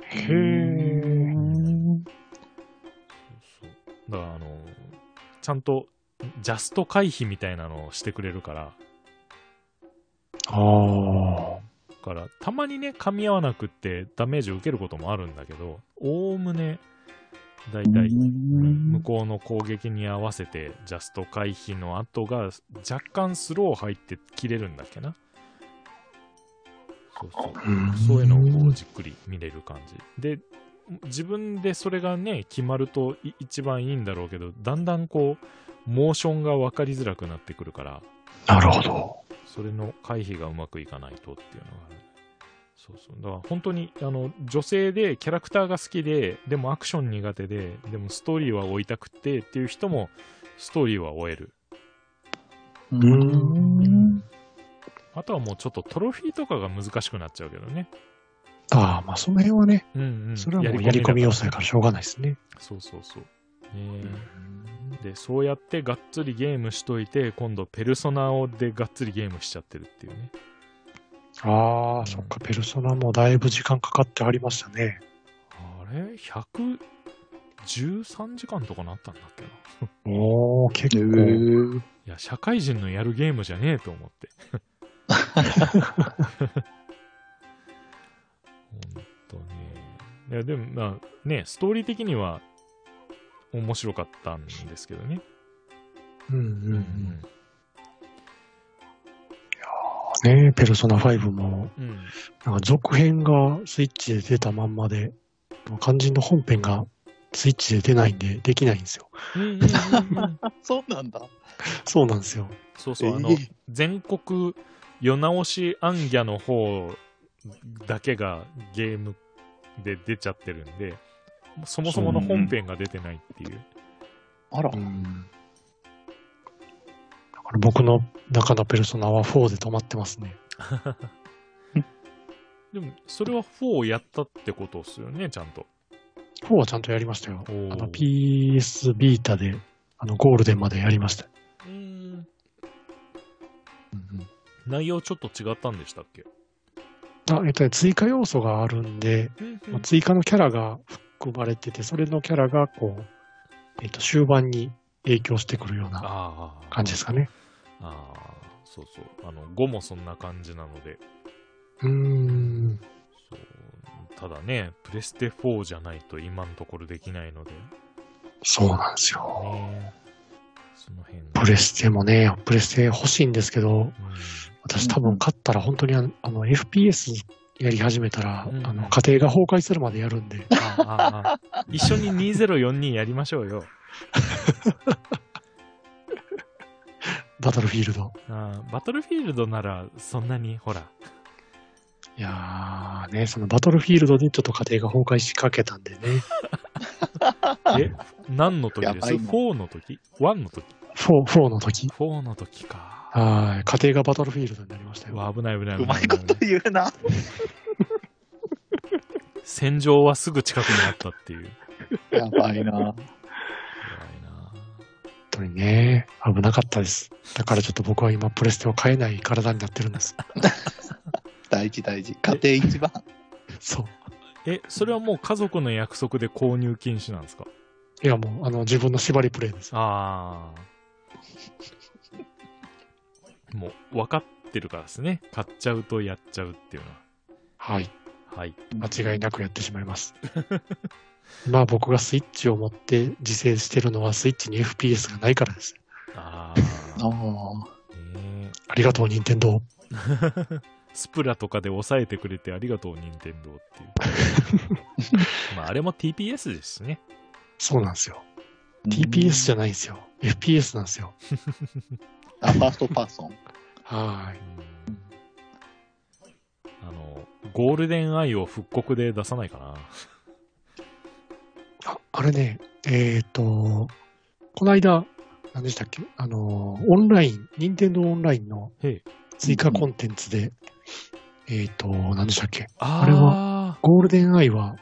S3: へえ。
S1: そうそうだからあのちゃんとジャスト回避みたいなのをしてくれるから
S3: ああ。
S1: からたまにね噛み合わなくってダメージを受けることもあるんだけどおおむねだいたい向こうの攻撃に合わせてジャスト回避の後が若干スロー入って切れるんだっけなそうそう
S3: うん
S1: そういうのをこうじっくり見れる感じで自分でそれがね決まるとい一番いいんだろうけどだんだんこうモーションが分かりづらくなってくるから
S3: なるほど。
S1: それの回避がうまくいかないとっていうのがある。そうそう。だから本当に、あの、女性でキャラクターが好きで、でもアクション苦手で、でもストーリーは追いたくてっていう人も、ストーリーは追える。
S5: う
S3: うーん。
S1: あとはもうちょっとトロフィーとかが難しくなっちゃうけどね。
S3: ああ、まあその辺はね、
S1: うんうん。
S3: それはもうやり込み
S1: だ
S3: 要
S1: か
S3: 素やからしょうがないですね。
S1: らそうそうそう。ねえで、そうやってがっつりゲームしといて、今度ペルソナをでがっつりゲームしちゃってるっていうね。
S3: ああ、そっか、ペルソナもだいぶ時間かかってありましたね。
S1: あれ ?113 時間とかなったんだっけな。
S3: おお、結
S5: へ
S3: 構。
S5: ー
S1: いや、社会人のやるゲームじゃねえと思って。本当ね。いや、でも、まあ、ね、ストーリー的には面白かったんですけどね。
S3: うんうんう。
S1: うん
S3: ねペルソナ5も、
S1: うん。うん。
S3: なんか続編がスイッチで出たまんまで、肝心の本編がツイッチで出ないんで、できないんですよ。
S4: そうなんだ。
S3: そうなんですよ。
S1: そうそう、あの
S4: ええ、
S1: 全国世直しアンギャの方だけがゲームで出ちゃってるんで、そもそもの本編が出てないっていう。
S4: あら
S3: う。ん。だから僕の中のペルソナは4で止まってますね。
S1: でも、それは4をやったってことっすよね、ちゃんと。
S3: 4はちゃんとやりましたよ。
S1: おー
S3: あの PS ビータで、あのゴールデンまでやりました。
S1: うーん
S3: うん
S1: 内容ちょっと違ったんでしたっけ
S3: うん、あえっとね、追加要素があるんで、まあ追加のキャラが含まれてて、それのキャラがこう、えっと終盤に影響してくるような
S1: ああ。
S3: 感じですかね。
S1: ああ、そうそう。あの、5もそんな感じなので、
S3: うーん。
S1: そうただね、プレステ4じゃないと今のところできないので、
S3: そうなんですよ。
S1: ねその辺が
S3: プレステもね、プレステ欲しいんですけど、
S1: う
S3: 私多分勝ったら本当にあのあの FPS やり始めたら、
S1: うん
S3: あの家庭が崩壊するまでやるんで、
S1: んああああ一緒に2042やりましょうよ。
S3: バトルフィールド。
S1: ああバトルフィールドならそんなに、ほら。
S3: いやーね、そのバトルフィールドでちょっと家庭が崩壊しかけたんでね、
S1: え、何の時
S4: や
S1: で
S4: ば
S1: す
S4: いな
S1: ?4 の時 ?1 の時
S3: 4, 4の時
S1: ?4 の時か。
S3: はい、家庭がバトルフィールドになりました
S1: う
S3: よ。
S1: わ、危ない危ない危
S4: う
S1: な
S4: ま
S1: い
S4: いこと言うな。
S1: 戦場はすぐ近くにあったっていう。
S4: やば いな。
S1: 怖いな
S3: 本当にね、危なかったです。だからちょっと僕は今、プレステを買えない体になってるんです。
S4: 大事大事。家庭一番。
S3: そう。
S1: え、それはもう家族の約束で購入禁止なんですか
S3: いや、もう、あの、自分の縛りプレイです。
S1: ああ。もう分かってるからですね。買っちゃうとやっちゃうっていうの
S3: はい。
S1: は。はい。
S3: 間違いなくやってしまいます。 まあ僕がスイッチを持って自制してるのはスイッチに FPS がないからです。
S1: あ
S4: あ
S1: あ。
S4: あ。
S1: ねえ
S3: ありがとう、任天堂。
S1: スプラとかで抑えてくれてありがとう、任天堂っていう。 まあ、あれも TPS ですしね。
S3: そうなんですよ。TPS じゃないんですよ。FPS なんですよ。
S4: あ、ファーストパーソン。
S3: は
S1: うんあの、ゴールデンアイを復刻で出さないかな。
S3: ーい。ああれね、えっ、と、この間、何でしたっけあの、オンライン、任天堂オンラインの
S1: へえ
S3: 追加コンテンツで、えっ、と、何でしたっけ
S1: あ
S3: あれ
S1: は、
S3: ゴールデンアイは、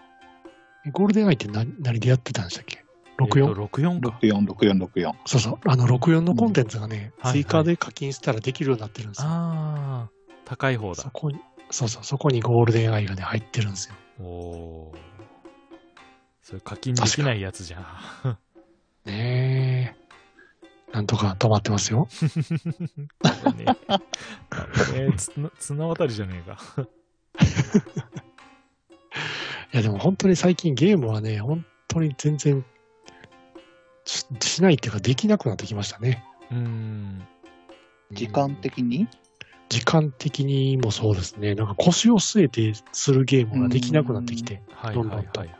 S3: えゴールデンアイって何何でやってたんでしたっけ ?64?
S1: えっと64か。
S4: 646464。
S3: そうそう、あの64のコンテンツがね、
S1: うんはいはい
S3: 追加で課金したらできるようになってるんですよ。
S1: ああ、高い方
S3: そ
S1: だ。
S3: こに、そうそう、そこにゴールデンアイがね、入ってるんですよ。
S1: おおー。それ課金できないやつじ ゃん。
S3: ねえ。なんとか止まってますよ。
S1: これねこれつな綱渡りじゃねえか。
S3: いや、でも本当に最近ゲームはね、本当に全然し、しないっていうか、できなくなってきましたね。
S1: うーん。
S4: 時間的に
S3: 時間的にもそうですね。なんか腰を据えてするゲームができなくなってきて。
S1: はい
S3: ど
S1: は
S3: ん
S1: い
S3: どん
S1: はい
S3: と
S1: はい。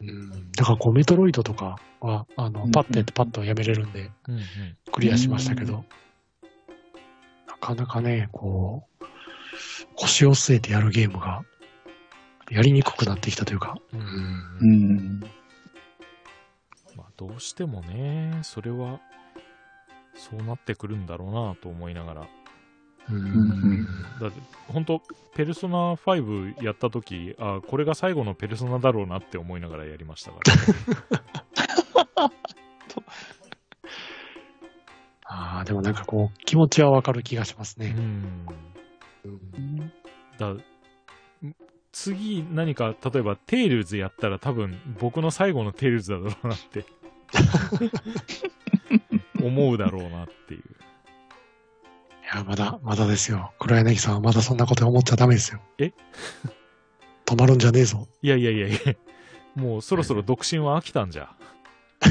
S3: うん。だからこう、メトロイドとかは、あ
S4: うん
S3: の
S4: う、ん
S3: パッてやってパッとやめれるんで、
S1: うんうん。
S3: クリアしましたけど、
S4: う
S3: なかなかね、こう、腰を据えてやるゲームが、やりにくくなってきたというか、
S1: うんうんうん
S4: ん。
S1: まあ、どうしてもね、それは、そうなってくるんだろうなと思いながら。
S3: うん
S4: ん
S1: だって、本当ペルソナ5やった時あこれが最後のペルソナだろうなって思いながらやりましたから。
S3: ああ、でもなんかこう、気持ちはわかる気がします
S1: う
S3: ね。
S1: ん。
S3: うん
S1: だん次何か例えば「テイルズ」やったら多分僕の最後の「テイルズ」だろうなって思うだろうなっていう
S3: いや、まだ、まだですよ。黒柳さんはまだそんなこと思っちゃダメですよ。
S1: え
S3: 止まるんじゃねえぞ。
S1: いやいやいやいやもうそろそろ独身は飽きたんじゃ、う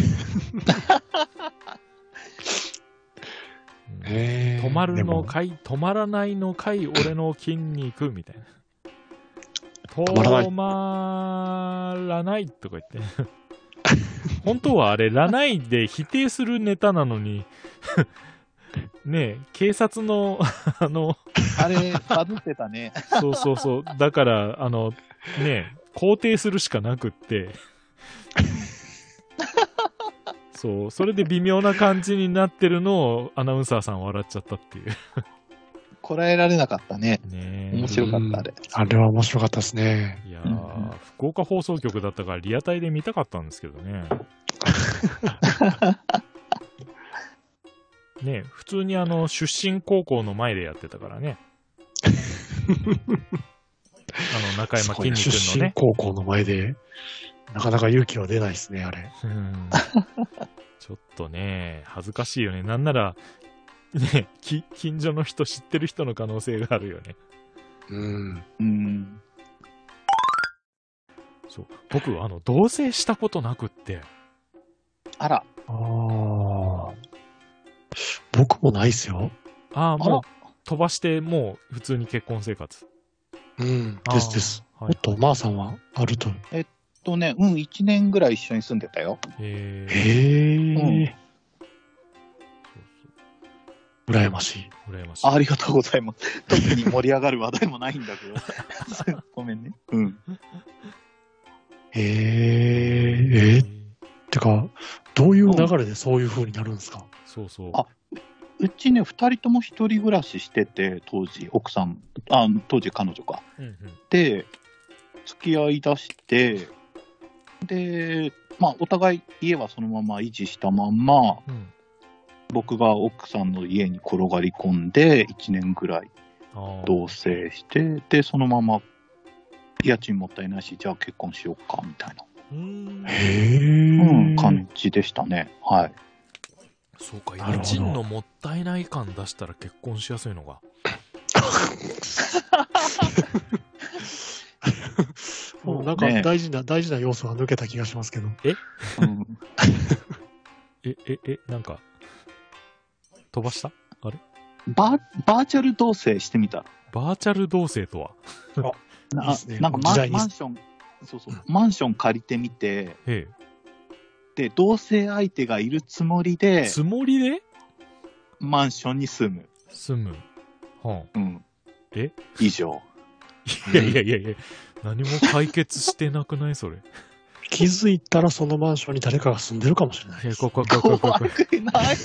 S1: ん
S3: ええ
S1: 止まる
S3: で
S1: の
S3: も
S1: かい止まらないのかい俺の筋肉みたいな
S3: まらない
S1: 止まらないとか言って。本当はあれ、らないで否定するネタなのに、 ねえ、警察の、 あの、
S4: あれ、かぶってたね。
S1: そうそうそう、だから、あの、ねえ、肯定するしかなくって、そう、それで微妙な感じになってるのをアナウンサーさん笑っちゃったっていう。
S6: こらえられなかったね。
S1: ねえ
S6: 面白かった、あれ。
S3: あれは面白かったですね。
S1: いや
S4: うん
S1: ー、福岡放送局だったからリアタイで見たかったんですけどね。ねえ普通にあの、出身高校の前でやってたからね。あの、中
S3: す
S1: 山
S3: ご
S1: き
S3: い
S1: ん
S3: ね
S1: に
S3: 出
S1: 君の
S3: 身
S1: ね。
S3: 高校の前で、なかなか勇気は出ないですね、あれ。
S1: うんちょっとね、恥ずかしいよね。なんなら、ね、き近所の人知ってる人の可能性があるよね。
S3: うん。
S4: うん。
S1: そう。僕、あの、同棲したことなくって。
S6: あら、
S3: ああ。僕もないっすよ。
S1: ああ、
S6: あら
S1: もう飛ばして、もう普通に結婚生活。
S3: うん。ですです。
S1: あー。
S3: お
S1: はい
S3: っと、まーさんはあると。
S6: とね、うん、1年ぐらい一緒に住んでたよ。
S1: え
S3: へ
S1: ー、
S3: え、
S1: そう
S3: 羨ましい。
S1: そう羨ましい。
S4: ありがとうございます。 特に盛り上がる話題もないんだけど。 ごめんね。うん。
S3: へえ、えー、てか、どういう流れでそういう風になるんですか
S1: そうそう。
S4: あうちね、2人とも一人暮らししてて、当時、奥さん、あ当時彼女か。
S1: うんうん。
S4: で、付き合いだして、で、まあ、お互い家はそのまま維持したまんま、
S1: うん。
S4: 僕が奥さんの家に転がり込んで、1年ぐらい
S1: ああ。
S4: 同棲して、で、そのまま、家賃もったいないし、じゃあ結婚しようか、みたいな、
S1: うーん。
S3: へえ、
S4: うん、感じでしたね。はい。
S1: そうか、
S3: な
S1: 家
S3: るほど
S1: 賃のもったいない感出したら結婚しやすいのが。
S3: もうなんか
S4: ね
S3: 大事な、大事な要素が抜けた気がしますけど。
S4: うん、
S1: え、え、え、なんか、飛ばした
S4: ババーチャル同棲してみたら
S1: バーチャル同棲とは
S4: ない
S3: いっすね
S4: なんかマ
S3: 時代
S4: ン
S3: に
S4: マンション、そうそう、マンション借りてみて、
S1: へ
S4: で、同棲相手がいるつもり
S1: え。
S4: で、
S1: つもりで
S4: マンションに住む。
S1: 住む。は
S4: うん。
S1: え
S4: 以上。
S1: あ、いやいやいやいや、何も解決してなくないそれ。い
S3: 気づいたらそのマンションに誰かが住んでるかもしれ ない。
S1: や怖い怖い怖い怖
S4: 怖
S1: い怖い
S4: くない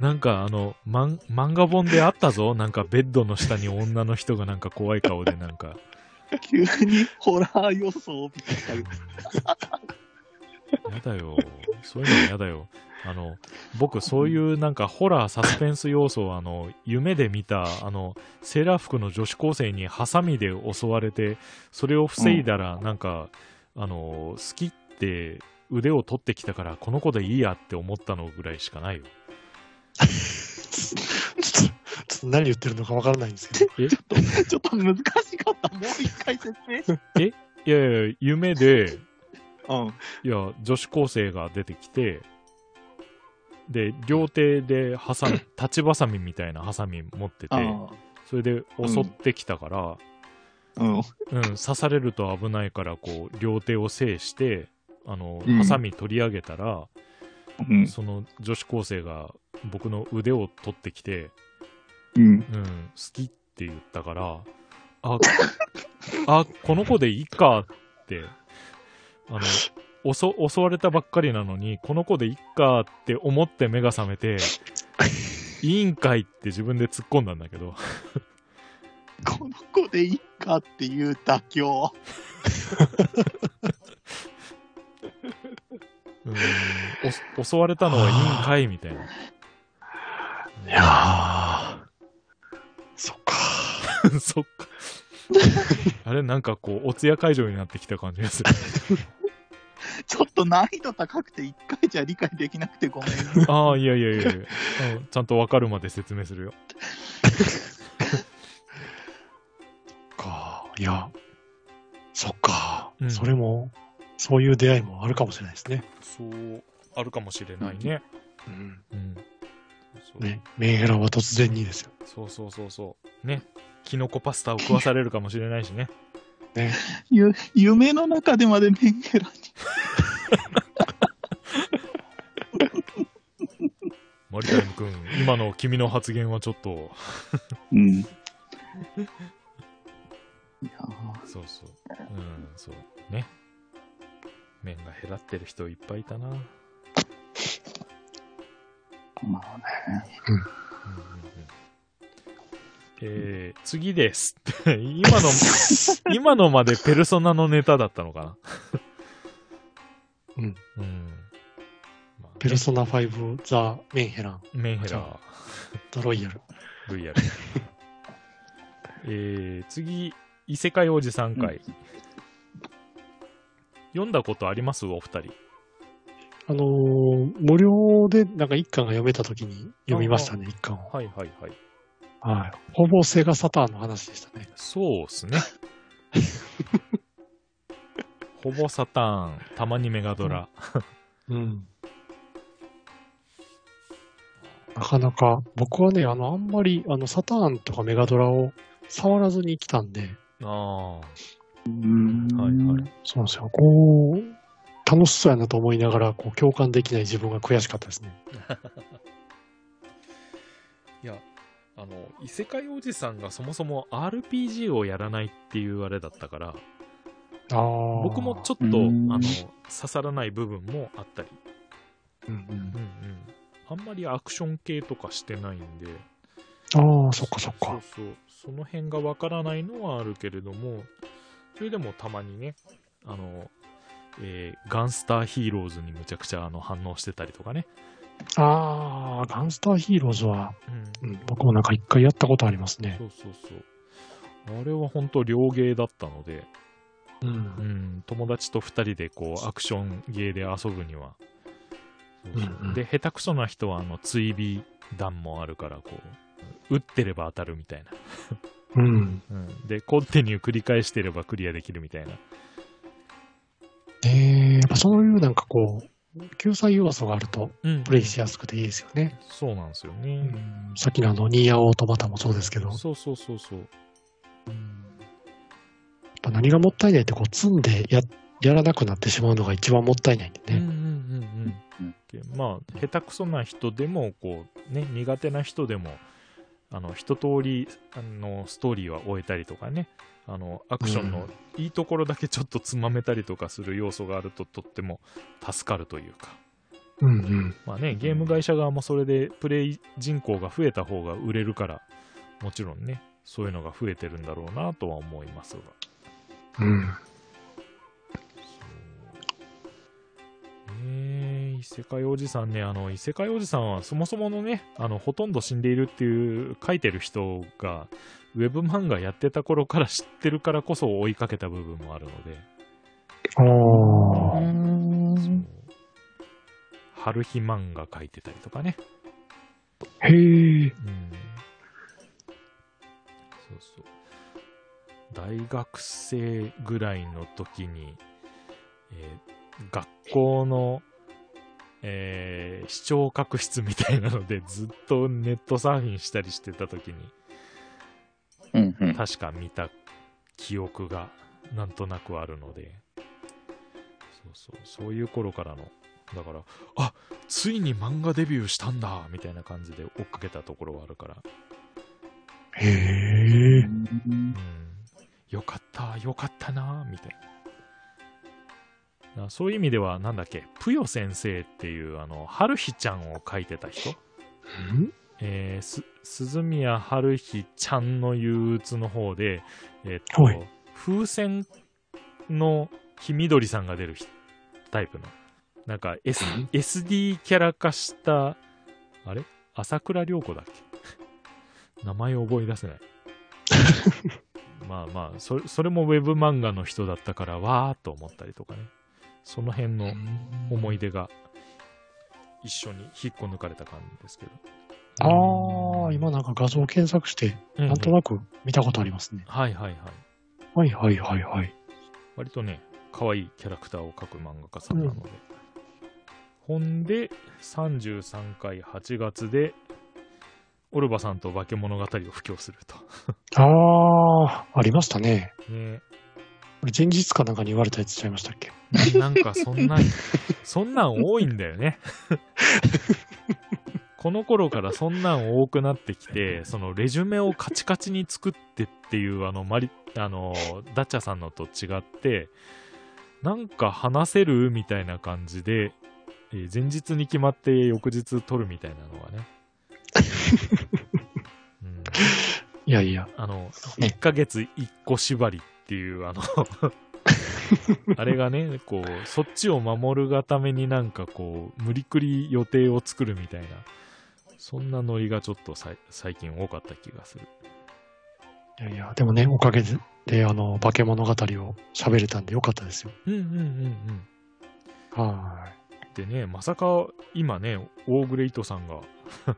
S1: なんかあの、マン漫画本であったぞ。なんかベッドの下に女の人がなんか怖い顔でなんか。
S4: 急にホラー予想をびっくりしたけど
S1: やだよ。そういうのやだよ。あの、僕そういうなんかホラー、サスペンス要素をあの、夢で見た、あの、セーラー服の女子高生にハサミで襲われて、それを防いだらなんか、あの、好きって腕を取ってきたから、この子でいいやって思ったのぐらいしかないよ。
S3: ちょっと、ちょっと何言ってるのかわからないんですけど。
S1: え
S4: ちょっと難しかった。もう一回説明して。
S1: いやいや、夢で、
S4: うん。
S1: いや、女子高生が出てきて、で、両手で、ハ サミ、立ちばさみみたいなハサミ持ってて、
S4: あ
S1: それで襲ってきたから、
S4: あうん。
S1: うん、刺されると危ないから、こう、両手を制して、あの、
S4: うん
S1: ハサミ取り上げたら、
S4: うん。
S1: その女子高生が僕の腕を取ってきて、
S4: うん。
S1: うん、好きって言ったから、あ、あ、この子でいいかって、あの、襲襲われたばっかりなのに、この子でいっかって思って目が覚めて、いいんかいって自分で突っ込んだんだけど、
S4: この子でいいかっていう妥協。
S1: うん お襲われたのはいいんかいみたいな。
S3: いやー、そっか。
S1: そっか。あれ、なんかこう、お通夜会場になってきた感じがする。
S4: ちょっと難易度高くて一回じゃ理解できなくてごめんね。
S1: ああ、いやいやいやいや、うんちゃんとわかるまで説明するよ。
S3: か。いや、そっか。
S1: うん
S3: それも、そういう出会いもあるかもしれないですね。
S1: そう、あるかもしれないね。
S3: うん。
S1: うん。そう
S3: ね、銘柄は突然にですよ。
S1: そうそうそうそう。ね。キノコパスタを食わされるかもしれないし ね。
S5: ゆ夢の中でまでメンヘラに。
S1: マリタイム君、今の君の発言はちょっと、
S5: うん。いや
S1: そうそう。うん、そう。ね。麺が減らってる人いっぱいいたな。うんうんうん
S5: ーまあね。
S1: えー、次です。 今の、 今のまでペルソナのネタだったのかな
S3: うん。
S1: うん。まあね
S3: ペルソナ5、ザ・メンヘラン、
S1: メンヘラー。
S3: ザ・ロイヤル。
S1: VR。えー、次、異世界おじさん会。読んだことありますお二人。
S3: あのー無料でなんか一巻が読めた時に読みましたね、一巻を。
S1: はいはいはい。
S3: はい。ほぼセガサターンの話でしたね。
S1: そうっす ね。ほぼサターン、たまにメガドラ。
S3: うん。なかなか、僕はね、あの、あんまり、あの、サターンとかメガドラを触らずに来たんで、
S1: あ
S5: うん。
S1: あ、はいはい。
S3: そうなんですよ。こう、楽しそうやなと思いながら、こう、共感できない自分が悔しかったですね。
S1: いや、あの、異世界おじさんがそもそも RPG をやらないっていうあれだったから、
S3: ああ。
S1: 僕もちょっと、あ
S5: うん
S1: の、刺さらない部分もあったり。
S3: うん
S1: うんうん。あんまりアクション系とかしてないんで、
S3: うん。ああ、そっかそっ
S1: そう
S3: か。
S1: そうその辺がわからないのはあるけれどもそれでもたまにねあの、えーガンスターヒーローズにむちゃくちゃあの反応してたりとかね、
S3: ああ、ガンスターヒーローズは、
S1: うん、
S3: うん、僕もなんか一回やったことありますね。
S1: そうそうそうあれは本当両ゲーだったので、う
S3: う。
S1: んん、友達と2人でこうアクションゲーで遊ぶにはそうそう
S3: うんうん
S1: で下手くそな人はあの追尾弾もあるからこう撃ってれば当たるみたいな
S3: うん。
S1: うん、でコンティニュー繰り返してればクリアできるみたいな
S3: えー、やっぱそういうなんかこう、救済要素があると、
S1: うん
S3: プレイしやすくていいですよね。
S1: そうなんですよ
S3: う
S1: ね、
S3: ん。さっきのあの、ニーヤオートマタもそうですけど、やっ
S1: そうそうそうそう
S3: ぱ何がもったいないって、こう、積んでや、やらなくなってしまうのが一番もったいないんで
S1: うんうん
S3: ね。
S1: うんうんでまあ下手くそな人でもこうね苦手な人でもあの一通りあのストーリーは終えたりとかねあのアクションのいいところだけちょっとつまめたりとかする要素があるととっても助かるというか
S3: うんうん。
S1: まあねゲーム会社側もそれでプレイ人口が増えた方が売れるからもちろんねそういうのが増えてるんだろうなとは思いますが
S3: うん。
S1: ねえ異世界おじさんねあの異世界おじさんはそもそものねあのほとんど死んでいるっていう書いてる人がウェブ漫画やってた頃から知ってるからこそ追いかけた部分もあるので
S3: ああ。
S1: そう春日漫画書いてたりとかね
S3: へえ。
S1: うんそうそう大学生ぐらいの時に、えー学校の、えー視聴覚室みたいなのでずっとネットサーフィンしたりしてた時に
S5: うんうん。
S1: 確か見た記憶がなんとなくあるのでそうそうそういう頃からのだからあついに漫画デビューしたんだみたいな感じで追っかけたところはあるから
S3: へえ。
S1: うん、よかった、よかったな、みたいな。なそういう意味では、なんだっけ、ぷよ先生っていう、あの、春日ちゃんを描いてた人、えー、す、鈴宮春日ちゃんの憂鬱の方で、えっと、
S3: はい
S1: 風船のひみどりさんが出るひタイプの、なんか、S、SD キャラ化した、あれ朝倉涼子だっけ 名前を覚え出 せない。まあまあそれ、それもウェブ漫画の人だったから、わーっと思ったりとかね。その辺の思い出が一緒に引っこ抜かれた感じですけど。
S3: ああ、今なんか画像検索して、
S1: うん、
S3: なんとなく見たことありますね。
S1: はいはいはい。
S3: はいはいはいはい。
S1: 割とね、可愛いキャラクターを描く漫画家さんなので。ほんで、33回8月で、オルバさんと化け物語を布教すると。
S3: あー、ありましたね。
S1: ね
S3: これ前日かなんかに言われたやつちゃいましたっけ
S1: なんかそんなん、そんなん多いんだよね。 この頃からそんなん多くなってきて、そのレジュメをカチカチに作ってっていう、あの、マリ、あの、ダッチャさんのと違って、なんか話せるみたいな感じで、えー前日に決まって翌日撮るみたいなのはね。うん
S3: いやいや。
S1: あの、
S3: ね
S1: 1ヶ月1個縛りっていう、あ の、あれがね、こう、そっちを守るがためになんかこう、無理くり予定を作るみたいな、そんなノリがちょっとさい最近多かった気がする。
S3: いやいや、でもね、おかげで、あの、化け物語を喋れたんでよかったですよ。
S1: うんうんうんうん。
S3: は
S1: でね、まさか今ね、オーグレイトさんが、
S3: ーい。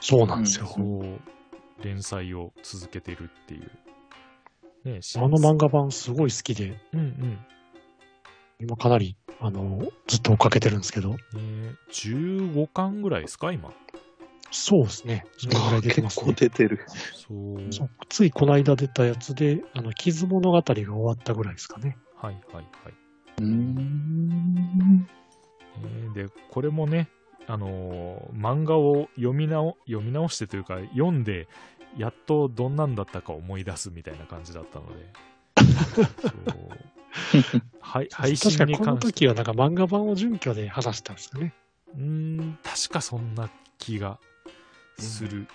S3: そうなんですよ。
S1: そう、連載を続けてるっていう。ね、
S3: あの漫画版すごい好きで、
S1: うんうん。
S3: 今かなり、あの、ずっと追っかけてるんですけど、
S1: ね、15巻ぐらいですか、今。
S3: そうですね。それぐらい出てます
S5: 結構
S3: ね。
S5: 出てる。
S1: そう。
S3: そうついこの間出たやつで、あの、傷物語が終わったぐらいですかね。
S1: はいはいはい。
S5: うん。
S1: えーでこれもね、あのー漫画を読み直読み直してというか読んでやっとどんなんだったか思い出すみたいな感じだったのでそうはい配
S3: 確
S1: 信
S3: か
S1: に
S3: にこの
S1: 関して
S3: 時はなんか漫画版を準拠で話したんですよね。
S1: うーん確かそんな気がする、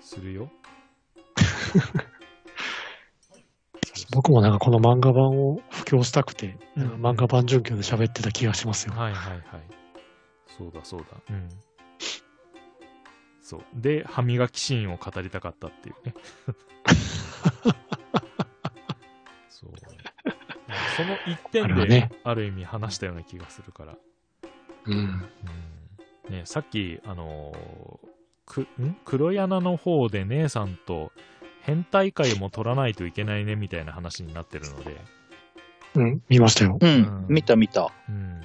S1: する よ
S3: 僕もなんかこの漫画版を布教したくて、
S1: うん
S3: なんか漫画版準拠で喋ってた気がしますよ。
S1: はいはいはいそうだそうだうんそうで歯磨きシーンを語りたかったっていうねそうその一
S3: あ
S1: 点
S3: れは
S1: で
S3: ね
S1: ある意味話したような気がするから、
S3: うん。
S1: うんね、さっきあのーくん黒柳の方で姉さんと変態会も取らないといけないねみたいな話になってるので、
S3: うん、見ましたよ。
S4: う
S1: うん
S4: ん、見た見た。
S1: うん、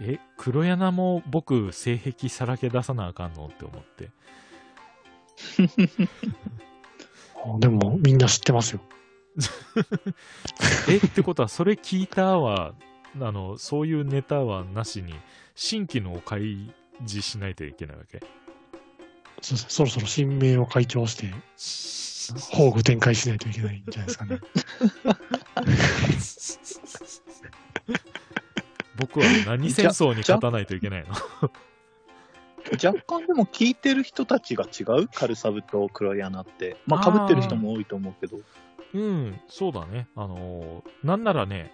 S1: え黒柳も僕性癖さらけ出さなあかんのって思って
S3: でもみんな知ってますよ。
S1: えってことはそれ聞いたはあのそういうネタはなしに新規のを開示しないといけないわけ
S3: そそろそろ新名を会長して、宝具展開しないといけないんじゃないですか ね。
S1: 僕は何戦争に勝たないといけないの
S4: 若干でも聞いてる人たちが違 うカルサブと黒柳って。まあ、被ってる人も多いと思うけど。
S1: うんそうだねあのーなんならね、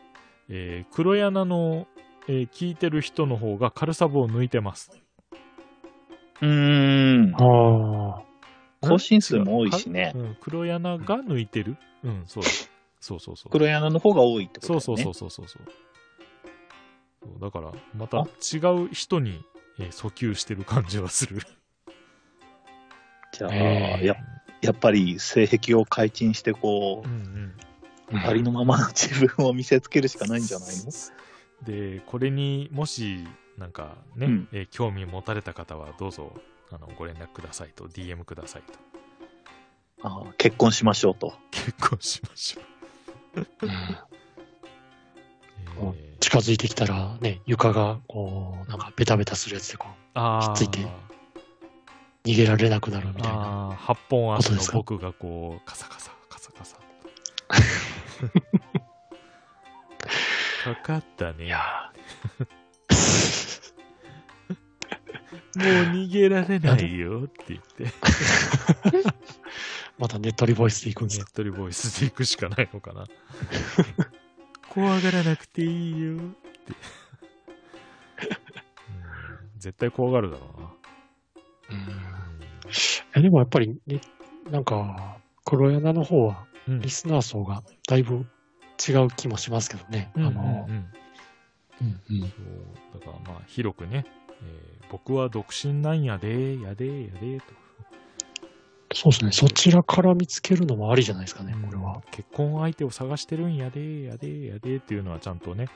S1: えー黒柳の、えー聞いてる人の方が軽さぶを抜いてます
S4: うーん。
S3: ああ。
S4: 更新数も多いしね
S1: う。ん、黒柳が抜いてるうん、そうだ。そうそうそう。
S4: 黒柳の方が多いってことだ
S1: そ
S4: よ
S1: う
S4: ね。
S1: そうそうそうそうそう。そうだから、また違う人に、えー訴求してる感じはする。
S4: じゃあ、
S3: ええ
S4: ややっぱり性癖を改陳してこ
S1: う
S4: う、
S1: んうん。
S4: ありのままの自分を見せつけるしかないんじゃないの
S1: で、これにもし、なんかね、
S4: うん
S1: えー興味持たれた方は、どうぞ、あの、ご連絡くださいと、DM くださいと。
S4: あー結婚しましょうと。
S1: 結婚しましょう。
S3: お
S1: えー
S3: 近づいてきたらね、床がこう、なんかベタベタするやつでこ
S1: あ
S3: ついて
S1: ー
S3: う、逃げられなくなるみたい な。
S1: あー8本足
S3: こと
S1: の
S3: ですか
S1: 僕がこうカサカサカサカサ かかったね
S3: いや
S1: もう逃げられないよって言って
S3: ー、またねっとりボイスで行くんです
S1: ね
S3: よ
S1: っ。とりボイスで行くしかないのか な怖がらなくていいよってうん絶対怖がるだろうな
S3: えでもやっぱり、ね、なんか、黒柳の方は、
S1: うん
S3: リスナー層がだいぶ違う気もしますけどね。
S1: うん
S3: あの
S1: う、んうん
S3: うんうん
S1: そうだからまあ広くね、えー僕は独身なんやでやでやでと
S3: そうですね。そちらから見つけるのもありじゃないですかね、これは。
S1: 結婚相手を探してるんやでやでやでっていうのはちゃんとね、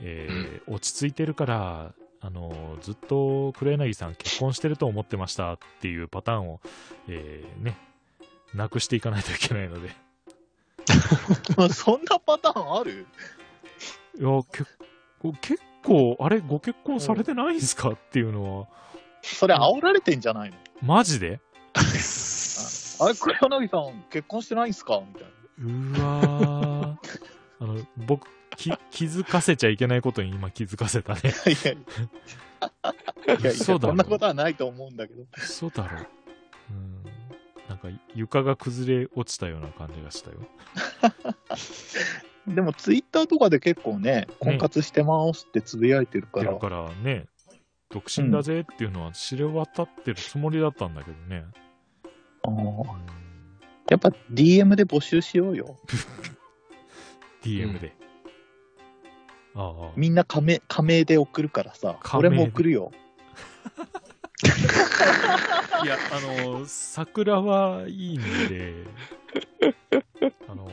S1: えー落ち着いてるからあのずっと黒柳さん結婚してると思ってましたっていうパターンを、えーね、なくしていかないといけないので、
S4: そんなパターンある
S1: いや、結構、結構、あれ、ご結婚されてないんすかっていうのは、
S4: それ煽られてんじゃないの
S1: マジで
S4: あれ、黒柳さん、結婚してないんすかみたいな。
S1: うわー あの、僕、き気づかせちゃいけないことに今気づかせたね。
S4: いやいやいやいや、
S1: そうだろ
S4: そんなことはないと思うんだけど。
S1: そうだろう。うん。なんか、床が崩れ落ちたような感じがしたよ。
S4: でも、ツイッターとかで結構ね、婚活してますってつぶやいてるから、
S1: だからね、独身だぜっていうのは知れ渡ってるつもりだったんだけどね。
S4: あーやっぱ DM で募集しようよ。
S1: DM で。ああ。
S4: みんな仮名仮名で送るからさ、
S1: 仮名
S4: 俺
S1: で
S4: も送るよ。
S1: いや、あの、桜はいいん で、あの、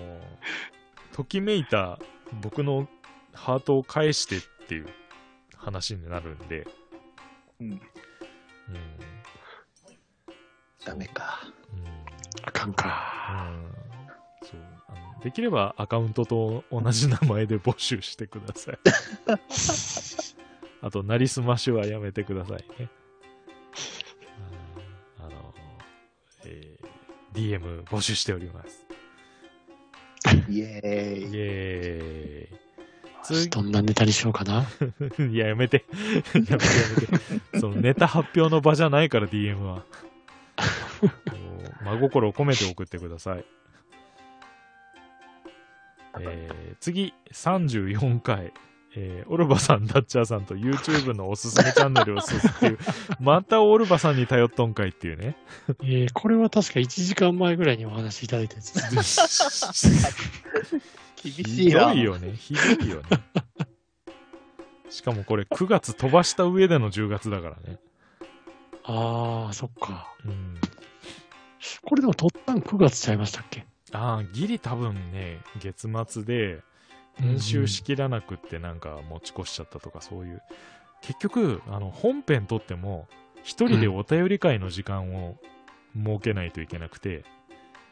S1: ときめいた僕のハートを返してっていう話になるんで、
S4: うん
S1: うん。
S4: ダメか。
S1: うん。
S3: あかんか。
S1: うんそうあのできればアカウントと同じ名前で募集してください。あと、なりすましはやめてくださいね。あーあの、えー DM 募集しております。
S4: イエ
S1: イ
S4: ー
S1: ェ
S4: イ。
S1: ーイ。つ
S3: どんなネタにしようか な。
S1: いや、やめて。 やめてやめて。そのネタ発表の場じゃないから、DM は。 もう真心を込めて送ってください。えー、次、34回。えー、オルバさん、ダッチャーさんと YouTube のおすすめチャンネルをすすっていう、 またオルバさんに頼っとんかいっていうね。
S3: えーこれは確か1時間前ぐらいにお話しいただいたやつ。
S4: 厳し
S1: ひ
S4: いな。
S1: どいよね。ひどいよね。しかもこれ9月飛ばした上での10月だからね。
S3: ああ、そっか。
S1: うん。
S3: これでも撮ったん9月ちゃいましたっけ
S1: ああ、ギリ多分ね、月末で編集しきらなくってなんか持ち越しちゃったとかそういう。結局、あの、本編撮っても、一人でお便り会の時間を設けないといけなくて、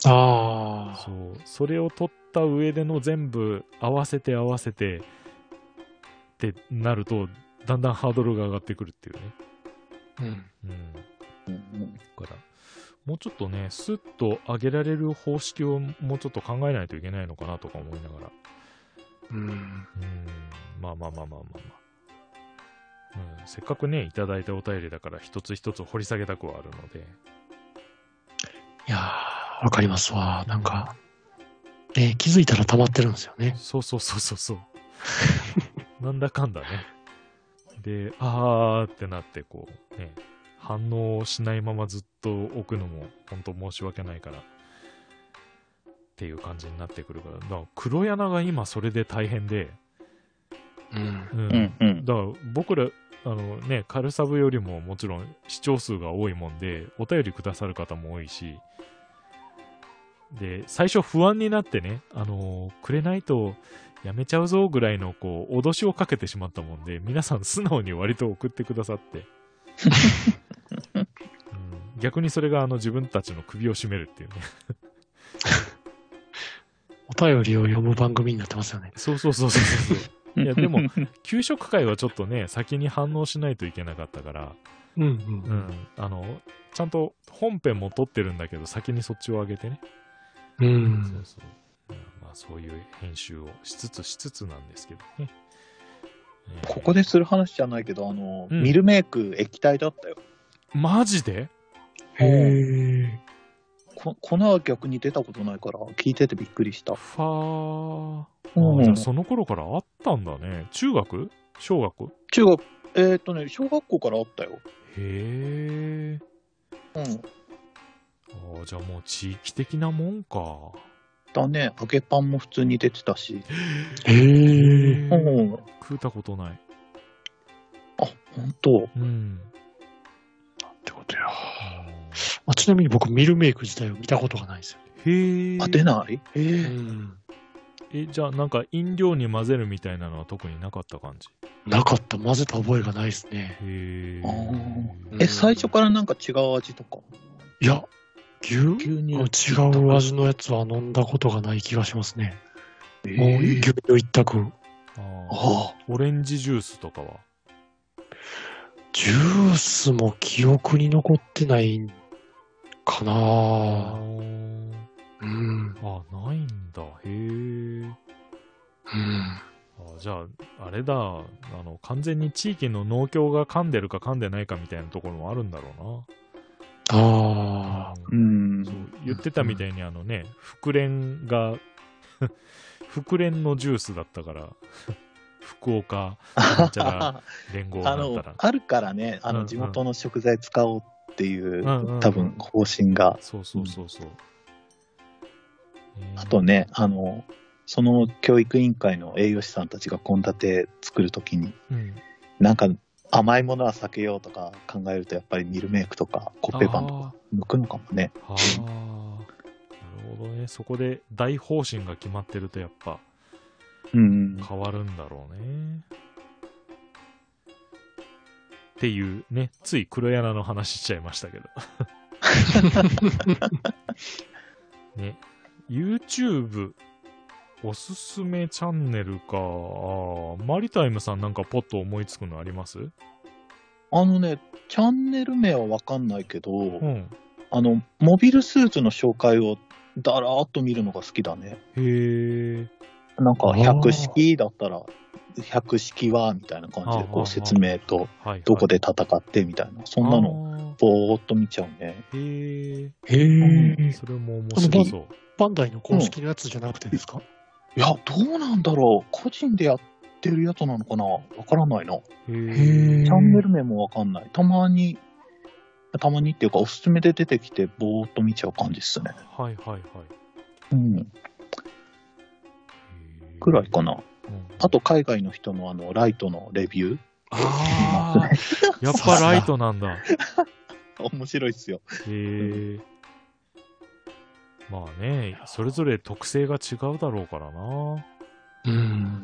S3: あ
S1: そ
S3: あ、
S1: う、それを撮った上での全部合わせて合わせてってなると、だんだんハードルが上がってくるっていうね。
S3: うん。
S1: うん。
S4: うんうん
S1: だから、もうちょっとね、スッと上げられる方式をもうちょっと考えないといけないのかなとか思いながら。
S3: うん。
S1: うんまあまあまあまあまあまあ、うん、せっかくねいただいたお便りだから一つ一つ掘り下げたくはあるので
S3: いやーわかりますわ。なんか、ね、気づいたら溜まってるんですよね。
S1: そうそうそうそう そうなんだかんだねであーってなってこうね反応をしないままずっと置くのも本当申し訳ないからっていう感じになってくるからだから黒柳が今それで大変で、
S3: うん。
S1: うん
S4: うんうん。
S1: だから僕ら、あのね、カルサブよりももちろん視聴数が多いもんで、お便りくださる方も多いし、で、最初不安になってね、あのーくれないとやめちゃうぞぐらいの、こう、脅しをかけてしまったもんで、皆さん素直に割と送ってくださ って。うん逆にそれがあの自分たちの首を絞めるっていうね。
S3: お便りを読む番組になってますよね。
S1: そうそうそうそうそうそう。 いやでも
S4: うん
S1: 給食会はちょっとね、先に反応しないといけなかったから、
S3: うん
S1: う。ん、あのちゃんと本編も撮ってるんだけど先にそっちを上げてね、
S3: う。
S1: そうんそう、うんまあ、そういう編集をしつつしつつなんですけどね、えー
S4: ここでする話じゃないけど、あの、
S1: うん
S4: ミルメイク液体だったよ。
S1: マジで
S3: へえ。
S4: こ粉は逆に出たことないから、聞いててびっくりした。
S1: ファー、
S4: うん
S1: じゃあその頃からあったんだね中学小学
S4: 中学、えーっ、とね、小学校からあったよ。
S1: へえ
S4: うん。
S1: じゃあもう地域的なもんか
S4: だね、揚げパンも普通に出てたし。
S3: へえ。
S4: う
S1: ー
S4: ん。あ、
S1: 食うたことない
S4: 本当。
S1: うん
S3: ってことよ。
S1: あー
S3: あちなみに僕、ミルメイク自体を見たことがないんですよ。
S1: へえ
S4: あ、出ないえ
S3: うん。
S1: え、じゃあなんか飲料に混ぜるみたいなのは特になかった感じ。
S3: なかった。混ぜた覚えがないですね。
S1: へ
S4: あ
S1: ー。
S3: う
S4: え、
S3: ん
S4: 最初からなんか違う味とか
S3: いや、牛
S4: 牛
S3: あ
S4: 乳
S3: 違う味のやつは飲んだことがない気がしますね。
S4: え
S3: もう牛
S4: ー
S3: 乳一択。
S1: あー
S4: あ
S1: オレンジジュースとかは
S3: ジュースも記憶に残ってないんか
S1: あ
S3: な
S1: ー
S3: うん。
S1: あ、ないんだ。へー。
S3: うん。
S1: あじゃあ、あれだ、あの、完全に地域の農協が噛んでるか噛んでないかみたいなところもあるんだろうな。
S3: ああ。
S1: う
S5: うんん
S1: そう言ってたみたいに、あのね、福連が、 福連のジュースだったから、福岡なんちゃら
S4: あ。
S1: 連合な
S4: あ
S1: ん
S4: の
S1: たら、、
S4: あるからね、あ
S1: うんう
S4: の
S1: ん
S4: 地元の食材使おうっていう、
S1: うんうん
S4: 多分方針が。
S1: そうそうそうそう。えー
S4: あと、ね、あの、その教育委員会の栄養士さんたちが献立作るときに、
S1: うん、
S4: なんか甘いものは避けようとか考えると、やっぱりミルメイクとかコッペパンとか
S1: あー
S4: 抜くのかもね。
S1: はあ。なるほどね。そこで大方針が決まってるとやっぱ
S4: うん。
S1: 変わるんだろうね。っていうね、つい黒柳の話しちゃいましたけど。ね、YouTube おすすめチャンネルか。あーマリタイムさんなんかポッと思いつくのあります
S4: あのね、チャンネル名はわかんないけど、
S1: うん。
S4: あの、モビルスーツの紹介をだらーっと見るのが好きだね。
S1: へー。
S4: なんか、
S3: あー
S4: 百式だったら、百式は、みたいな感じ
S1: あ
S4: で、
S1: ーあー
S4: こ
S1: あー
S4: う説明と、
S1: はい、はい。
S4: どこで戦って、みたいな、そんなの、
S1: の
S4: ぼーっと見ちゃうね。
S1: へー。
S3: へえ。
S1: それも面白そう。
S3: バンダイの公式のやつじゃなくてですか、
S4: いや、どうなんだろう。個人でやってるやつなのかなわからないな。
S1: へ
S3: へ
S1: ー
S4: チ
S3: ー
S4: ャンネル名もわかんない。たまに、たまにっていうか、おすすめで出てきて、ぼーっと見ちゃう感じっすね。
S1: はいはいはい。
S4: うん。
S1: へー
S4: くらいか。な。
S1: うん
S4: あと、海外の人の、あの、ライトのレビュー。
S1: ああ、やっぱライトなんだ。へ
S4: 面白いっすよ。
S1: え。まあね、それぞれ特性が違うだろうからな。
S3: うん。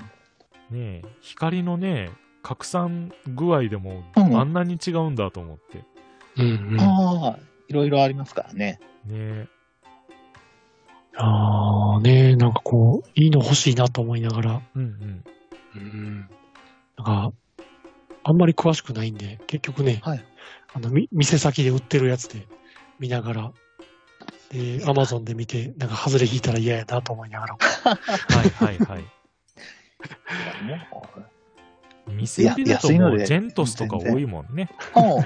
S1: ねえ、光のね、拡散具合でも
S4: うん
S1: あんなに違うんだと思って。ね
S3: うん、うん。あ
S4: ああ、いろいろありますからね。
S1: え。
S3: あー、ねえ、なんかこう、いいの欲しいなと思いながら。
S1: うんうん。
S3: うん。なんか、あんまり詳しくないんで、結局ね、
S4: はい
S3: あのみ店先で売ってるやつで見ながら、で、アマゾンで見て、なんか外れ引いたら嫌やなと思いながら。
S1: はいはい はい。 店でだと
S4: いや安い
S1: も
S4: の
S1: う
S4: で
S1: ジェントスとか多いもんね。
S4: う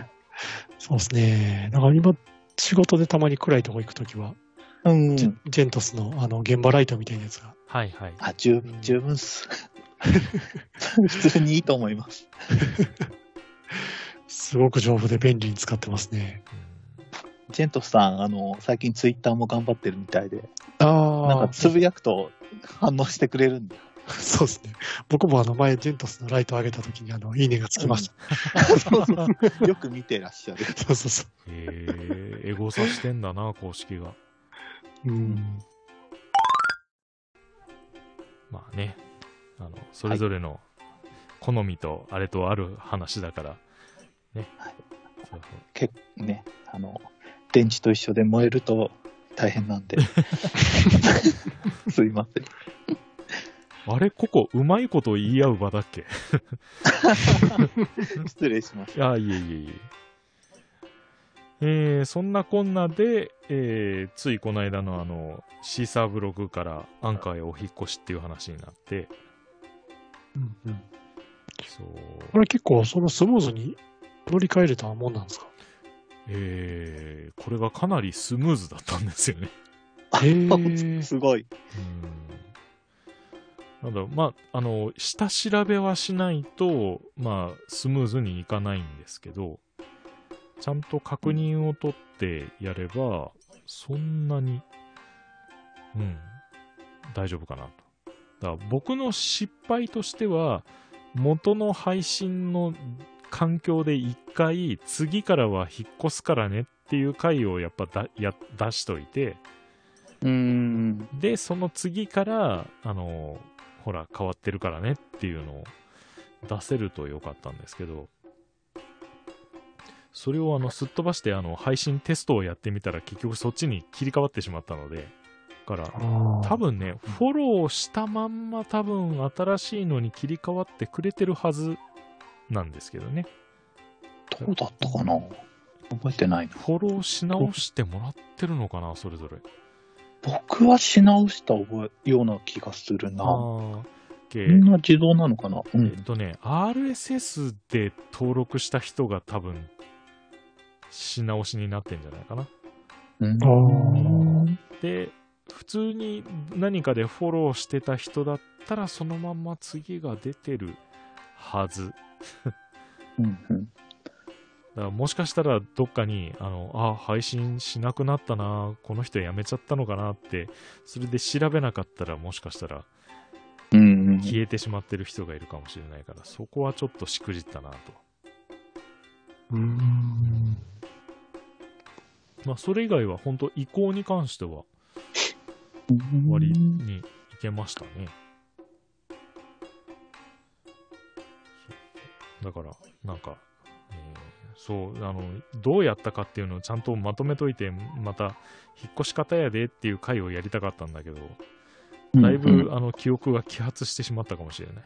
S3: そうですね。なんか今、仕事でたまに暗いとこ行くときは、
S4: ん。
S3: ジェジェントスのあの現場ライトみたいなやつが。
S1: はいはい。
S4: あ、十分、十分っす。 普通にいいと思います。
S3: すごく丈夫で便利に使ってますね。
S4: ジェントスさん、あの、最近ツイッターも頑張ってるみたいで、なん
S3: あ
S4: かつぶやくと反応してくれるんで。
S3: あ、そうですね。僕もあの前、ジェントスのライト上げたときに、あの、いいねがつきました。
S4: そうそうそうよく見てらっしゃる。
S3: そうそうそ
S1: へえ、エゴサしてんだな、公式が。
S3: う。うん。
S1: まあね、あの、それぞれの好みとあれとある話だから、ね。
S4: はい
S1: そうそう
S4: 結構ね、あの、電池と一緒で燃えると大変な んで。すいません。
S1: あれ、ここ、うまいこと言い合う場だっけ い
S4: 失礼しました。
S1: や、いえいえいえ。えーそんなこんなで、えーついこの間のあの、シーサーブログからアンカーへお引っ越しっていう話になって、
S3: うんうん。
S1: そう、
S3: これ結構そのスムーズに乗り換えれたもんなんですか
S1: えーこれがかなりスムーズだったんですよね。
S3: へ
S4: ーすごい。
S1: うんなんだろう、まあ、あの、下調べはしないと、まあ、スムーズにいかないんですけど、ちゃんと確認を取ってやれば、そんなに、うん、大丈夫かなと。だから僕の失敗としては、元の配信の環境で一回、次からは引っ越すからねっていう回をやっぱだや出しといて、
S4: うん。
S1: で、その次から、あの、ほら、変わってるからねっていうのを出せるとよかったんですけど、それをあの、すっ飛ばして、あの、配信テストをやってみたら結局そっちに切り替わってしまったので、だから、多
S3: 多
S1: 分ね、フォローしたまんま多分新しいのに切り替わってくれてるはずなんですけどね。
S4: どうだったかな覚えてないな。
S1: フォローし直してもらってるのかな、それぞれ。
S4: 僕はし直した覚えような気がするな。
S1: あー。
S4: みんな自動なのかなう
S1: えっ
S4: ん。
S1: とね、RSS で登録した人が多分、し直しになってんじゃないかな。
S4: うん
S3: あー
S1: で、普通に何かでフォローしてた人だったら、そのまんま次が出てるはず。
S4: うんうん
S1: だからもしかしたらどっかに、あの、あ、配信しなくなったな、この人辞めちゃったのかなって、それで調べなかったら、もしかしたら
S4: うんうん。
S1: 消えてしまってる人がいるかもしれないから、そこはちょっとしくじったなと。
S3: うーん
S1: まあ、それ以外は本当移行に関しては
S4: 終
S1: 終わりに行けましたね。だから、なんか、えーそう、あの、どうやったかっていうのをちゃんとまとめといて、また、引っ越し方やでっていう回をやりたかったんだけど、だいぶ、あの、記憶が揮発してしまったかもしれな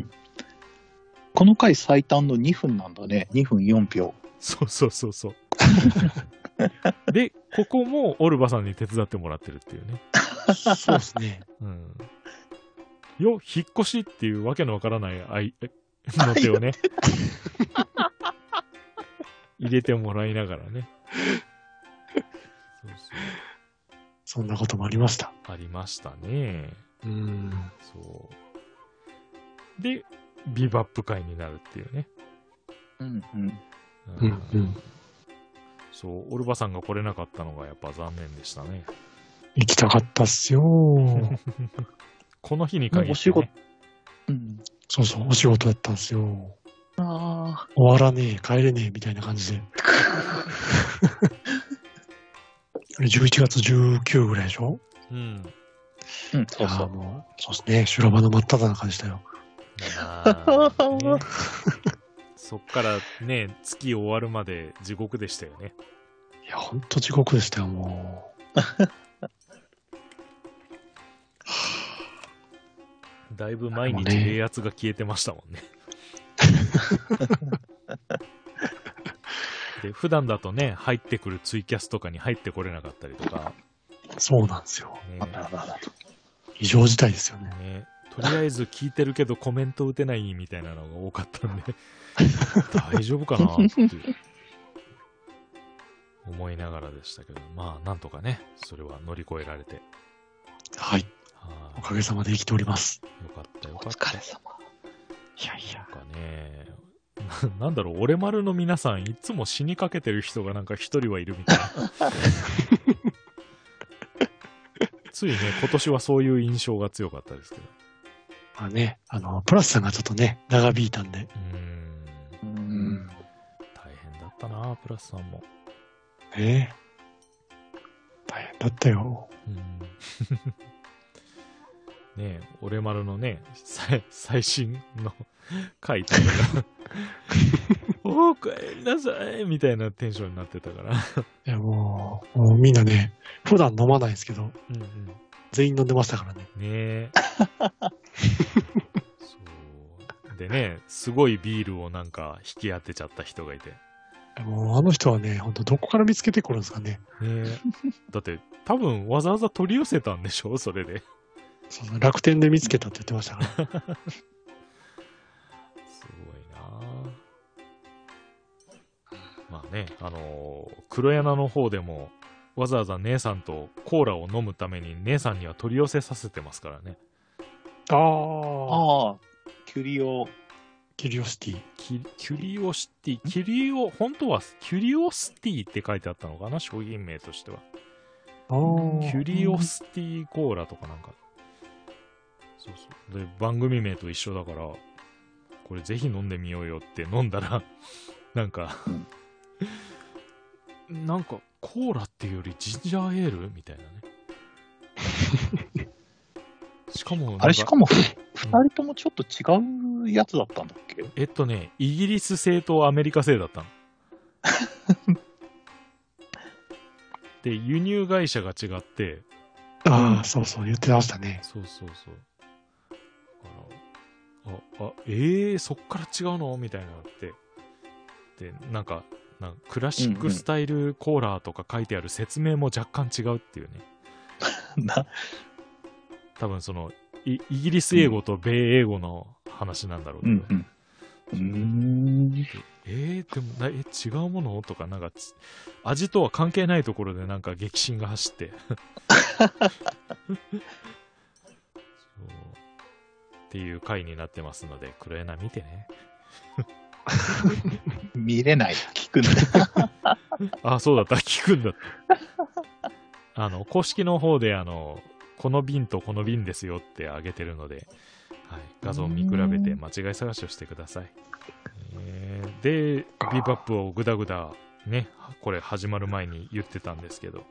S1: い。
S4: この回最短の2分なんだね。2分4秒。
S1: そうそうそうそう。で、ここもオルバさんに手伝ってもらってるっていうね。
S3: そうですね。
S1: うん。よ、引っ越しっていうわけのわからないあいえの手 をね、入れてもらいながらね。そう
S3: そんなこともありました。
S1: そう。ありましたね。
S3: うーん。
S1: そう。で、ビバップ会になるっていうね。
S4: うんうん。
S1: う
S3: うんんうん。
S1: そう、オルバさんが来れなかったのがやっぱ残念でしたね。
S3: 行きたかったっすよー。
S1: この日に限って、ね。
S4: お仕事うん。
S3: そうそう、お仕事だったんですよ。
S4: ああ。
S3: 終わらねえ、帰れねえ、みたいな感じで。 あれ11月19ぐらいでしょ
S1: うん。
S4: うん、そう
S3: あ
S4: そ
S3: あ
S4: う。
S3: もう、そうですね。修羅場の真っ只中でしたよ。
S1: まあねそっからね、月終わるまで地獄でしたよね。
S3: いや、ほんと地獄でしたよ、も
S1: だいぶ毎日冷圧が消えてましたもんね。で普段だとね、入ってくるツイキャスとかに入ってこれなかったりとか、
S3: う。そうなんですよ。
S1: ね
S4: あららら
S3: 異常事態ですよね。
S1: ねとりあえず聞いてるけどコメント打てないみたいなのが多かったんで、大丈夫かなって思いながらでしたけど、まあなんとかね、それは乗り越えられて。
S3: はい。
S1: は
S3: お
S1: い
S3: かげさまで生きております。
S1: よかったよ
S4: お
S1: かった。
S4: 疲れ様。
S3: いやい
S1: なん。かね、 ななんだろう、俺丸の皆さん、いつも死にかけてる人がなんか一人はいるみ たいな。ついね、今年はそういう印象が強かったですけど。
S3: まあね、あの、プラスさんがちょっとね、長引いたんで。
S1: うーん、
S4: う。。
S3: うん
S1: 大変だったな、プラスさんも。
S3: ね大変だったよ。
S1: うんねえ、俺丸のね、最最新の回とか が、おお、帰りなさいみたいなテンションになってたから。
S3: いや、もう、もうみんなね、普段飲まないですけど、
S1: うんうん
S3: 全員飲んでましたからね。
S1: ねえ。そう。でね、すごいビールをなんか引き当てちゃった人がいて。ね
S3: もう、あの人はね、ほんとどこから見つけてくるんですかね。
S1: え。だって、多分わざわざ取り寄せたんでしょそれで。
S3: そうそう楽天で見つけたって言ってました から。
S1: すごいなあまあね、あのー黒柳の方でも、わざわざ姉さんとコーラを飲むために姉さんには取り寄せさせてますからね。
S3: ああ。
S4: ああ、キュリオ。
S3: キュリオシティ。
S1: キキュリオシティ、キュリオ、本当はキュリオシティって書いてあったのかな商品名としては。
S3: ああ
S1: キュリオシティコーラとかなんか。そうそう。で、番組名と一緒だから、これぜひ飲んでみようよって飲んだら、 なんか、なんかコーラっていうよりジンジャーエールみたいなね。 しかもなんか、
S4: あれ、しかも、ふ二人ともちょっと違うやつだったんだっけ
S1: えっとね、イギリス製とアメリカ製だったの。 で、輸入会社が違って、
S3: ああ、そうそう、言ってましたね。
S1: そうそうそう。だから、あ、あ、えー、そっから違うのみたいなのあって。で、なんか、なんかクラシックスタイルコーラーとか書いてある説明も若干違うっていうね。
S4: な
S1: 多分その、イイギリス英語と米英語の話なんだろうけど。
S4: うん。うん。
S1: えー、でもなえ違うものとかなんかち味とは関係ないところでなんか激震が走ってそうっていう回になってますので黒柳見てね
S4: 見れない。聞くんだ。
S1: あそうだった 聞くんだったあの公式の方であのこの瓶とこの瓶ですよってあげてるので、はい、画像を見比べて間違い探しをしてください、えーでビバップをグダグダねこれ始まる前に言ってたんですけど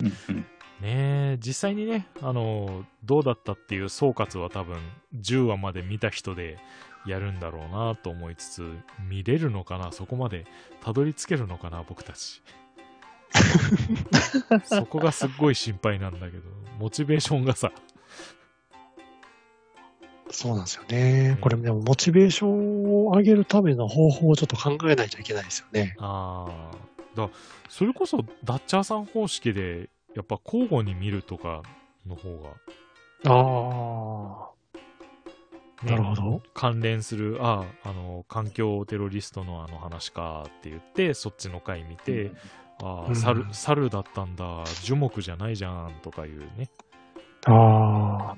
S4: うん
S1: ねえ実際にねあのどうだったっていう総括は多分10話まで見た人でやるんだろうなと思いつつ見れるのかなそこまでたどり着けるのかな僕た ちそこがすっごい心配なんだけどモチベーションがさ
S3: そうなんですよね。これでもモチベーションを上げるための方法をちょっと考えないといけないですよね。
S1: あーだそれこそダッチャーさん方式でやっぱ交互に見るとかの方が
S3: ああ、
S1: ね
S3: なるほど。
S1: 関連する、ああ、あの、環境テロリストのあの話かって言って、そっちの回見て、あ
S3: う
S1: あ、
S3: ん
S1: 猿、猿だったんだ、樹木じゃないじゃんとかいうね。
S3: ああ。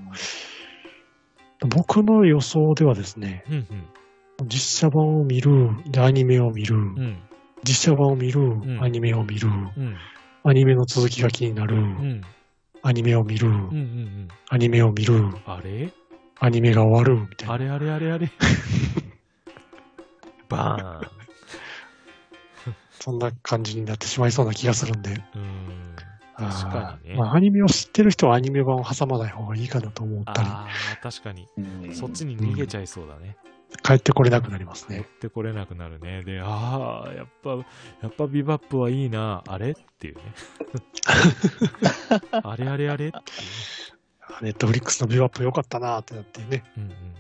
S3: 僕の予想ではですね、
S1: うん
S3: 実写版を見る、で、アニメを見る、
S1: うん、うん、
S3: 実写版を見る、
S1: ん
S3: アニメを見る、
S1: うん、
S3: アニメの続きが気になる、
S1: うん、
S3: アニメを見る、
S1: うん、うん、うん。
S3: アニメを見る、
S1: あれ
S3: アニメが終わる、みたいな。
S1: あれあれあれあれ バーン
S3: そんな感じになってしまいそうな気がするんで。
S1: うーん。確かに
S3: あー
S1: ね。
S3: まあ、アニメを知ってる人はアニメ版を挟まない方がいいかなと思ったり、
S1: ああ、確かに。
S4: うん
S1: そっちに逃げちゃいそうだね。
S3: 帰ってこれなくなります
S1: 持っ
S3: ね。
S1: てこれなくなるね。で、ああ、やっぱ、やっぱビバップはいいな、あれって いうね。あれあれあれっていうね
S3: ネットフリックスのビューアップ良かったなーってなってね。
S1: うんうんうんうん。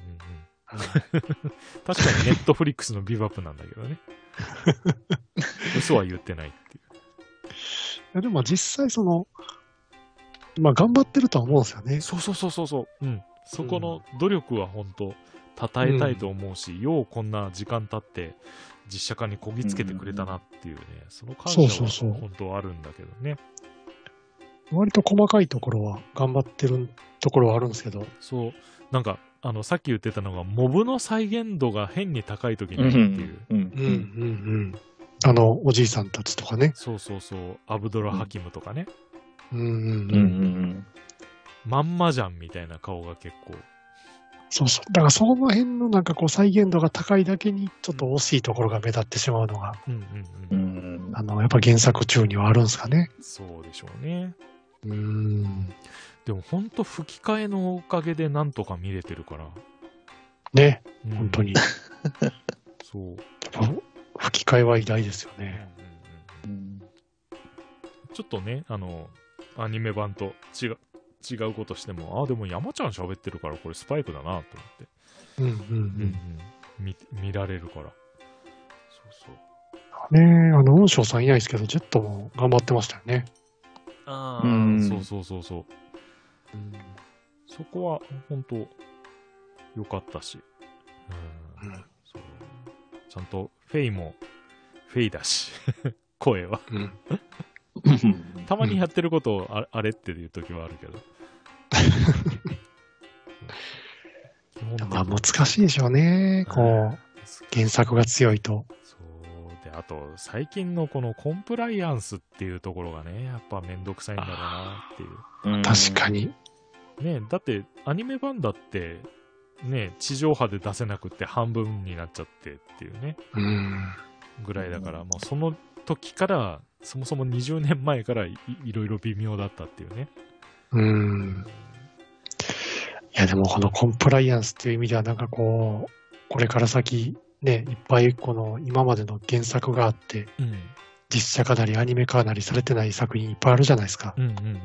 S1: 確かにネットフリックスのビバップなんだけど ね。嘘は言ってないってい
S3: いやでも実際その、まあ頑張ってるとは思うんですよね
S1: う。。そうそうそうそうそう。うん。そこの努力は本当称えたいと思うし、ようこんな時間経って実写化にこぎつけてくれたなっていうね、その感謝
S3: そうそうそう
S1: は本当あるんだけどね。
S3: 割と細かいところは頑張ってるところはあるんですけど、
S1: そう、なんか、あの、さっき言ってたのが、モブの再現度が変に高い時に
S4: う
S1: ある
S4: ん
S1: っていう。
S4: うん
S3: うんうんうん。あの、おじいさんたちとかね。
S1: そうそうそう、アブドラ・ハキムとかね、
S3: うんうんう
S4: う
S3: ん。
S4: ん
S1: まんまじゃんみたいな顔が結構、
S3: そうそう。だからその辺のなんかこう再現度が高いだけにちょっと惜しいところが目立ってしまうのが、
S1: うんうん
S4: う
S1: うん、
S4: ん
S3: あの、やっぱ原作中にはあるんですかね。
S1: そうでしょうね。
S3: うん。
S1: でも、ほんと吹き替えのおかげでなんとか見れてるから、
S3: ね、
S1: うん
S3: 本当に。。
S1: そう。うんうん
S3: やっぱ吹き替えは偉大ですよ
S1: うん
S3: ね。
S4: うん
S1: ちょっとね、あの、アニメ版と違う。違うことしても、ああ、でも山ちゃん喋ってるから、これスパイクだなと思って。
S3: うんうん
S1: うんうん、見見られるから。そうそう。
S3: うん。ねえあの、雲翔さんいないですけど、ジェットも頑張ってましたよね。
S1: あ
S4: う
S1: あ、
S4: ん
S1: そうそうそうそう。そこは本当良かったし。うん
S3: うん
S1: そうちゃんとフェイもフェイだし、 声は。
S3: うん。
S1: たまにやってることをあ,、あれっていう時はある けど。基本的に
S3: まあ難しいでしょうね。こう、原作が強いと。
S1: そう。で、あと、最近のこのコンプライアンスっていうところがね、やっぱめんどくさいんだろうなっていう。
S4: うん
S3: 確かに。
S1: ねだってアニメ版だってね地上波で出せなくて半分になっちゃってっていうね
S3: うん。
S1: ぐらいだから、
S4: うん
S1: もうその時から、そもそも20年前からいいろいろ微妙だったっていうね。
S3: うん。いや、でもこのコンプライアンスっていう意味では、なんかこう、これから先、ね、いっぱいこの今までの原作があって、
S1: うん。
S3: 実写化なりアニメ化なりされてない作品いっぱいあるじゃないですか。
S1: うんうんうんうん。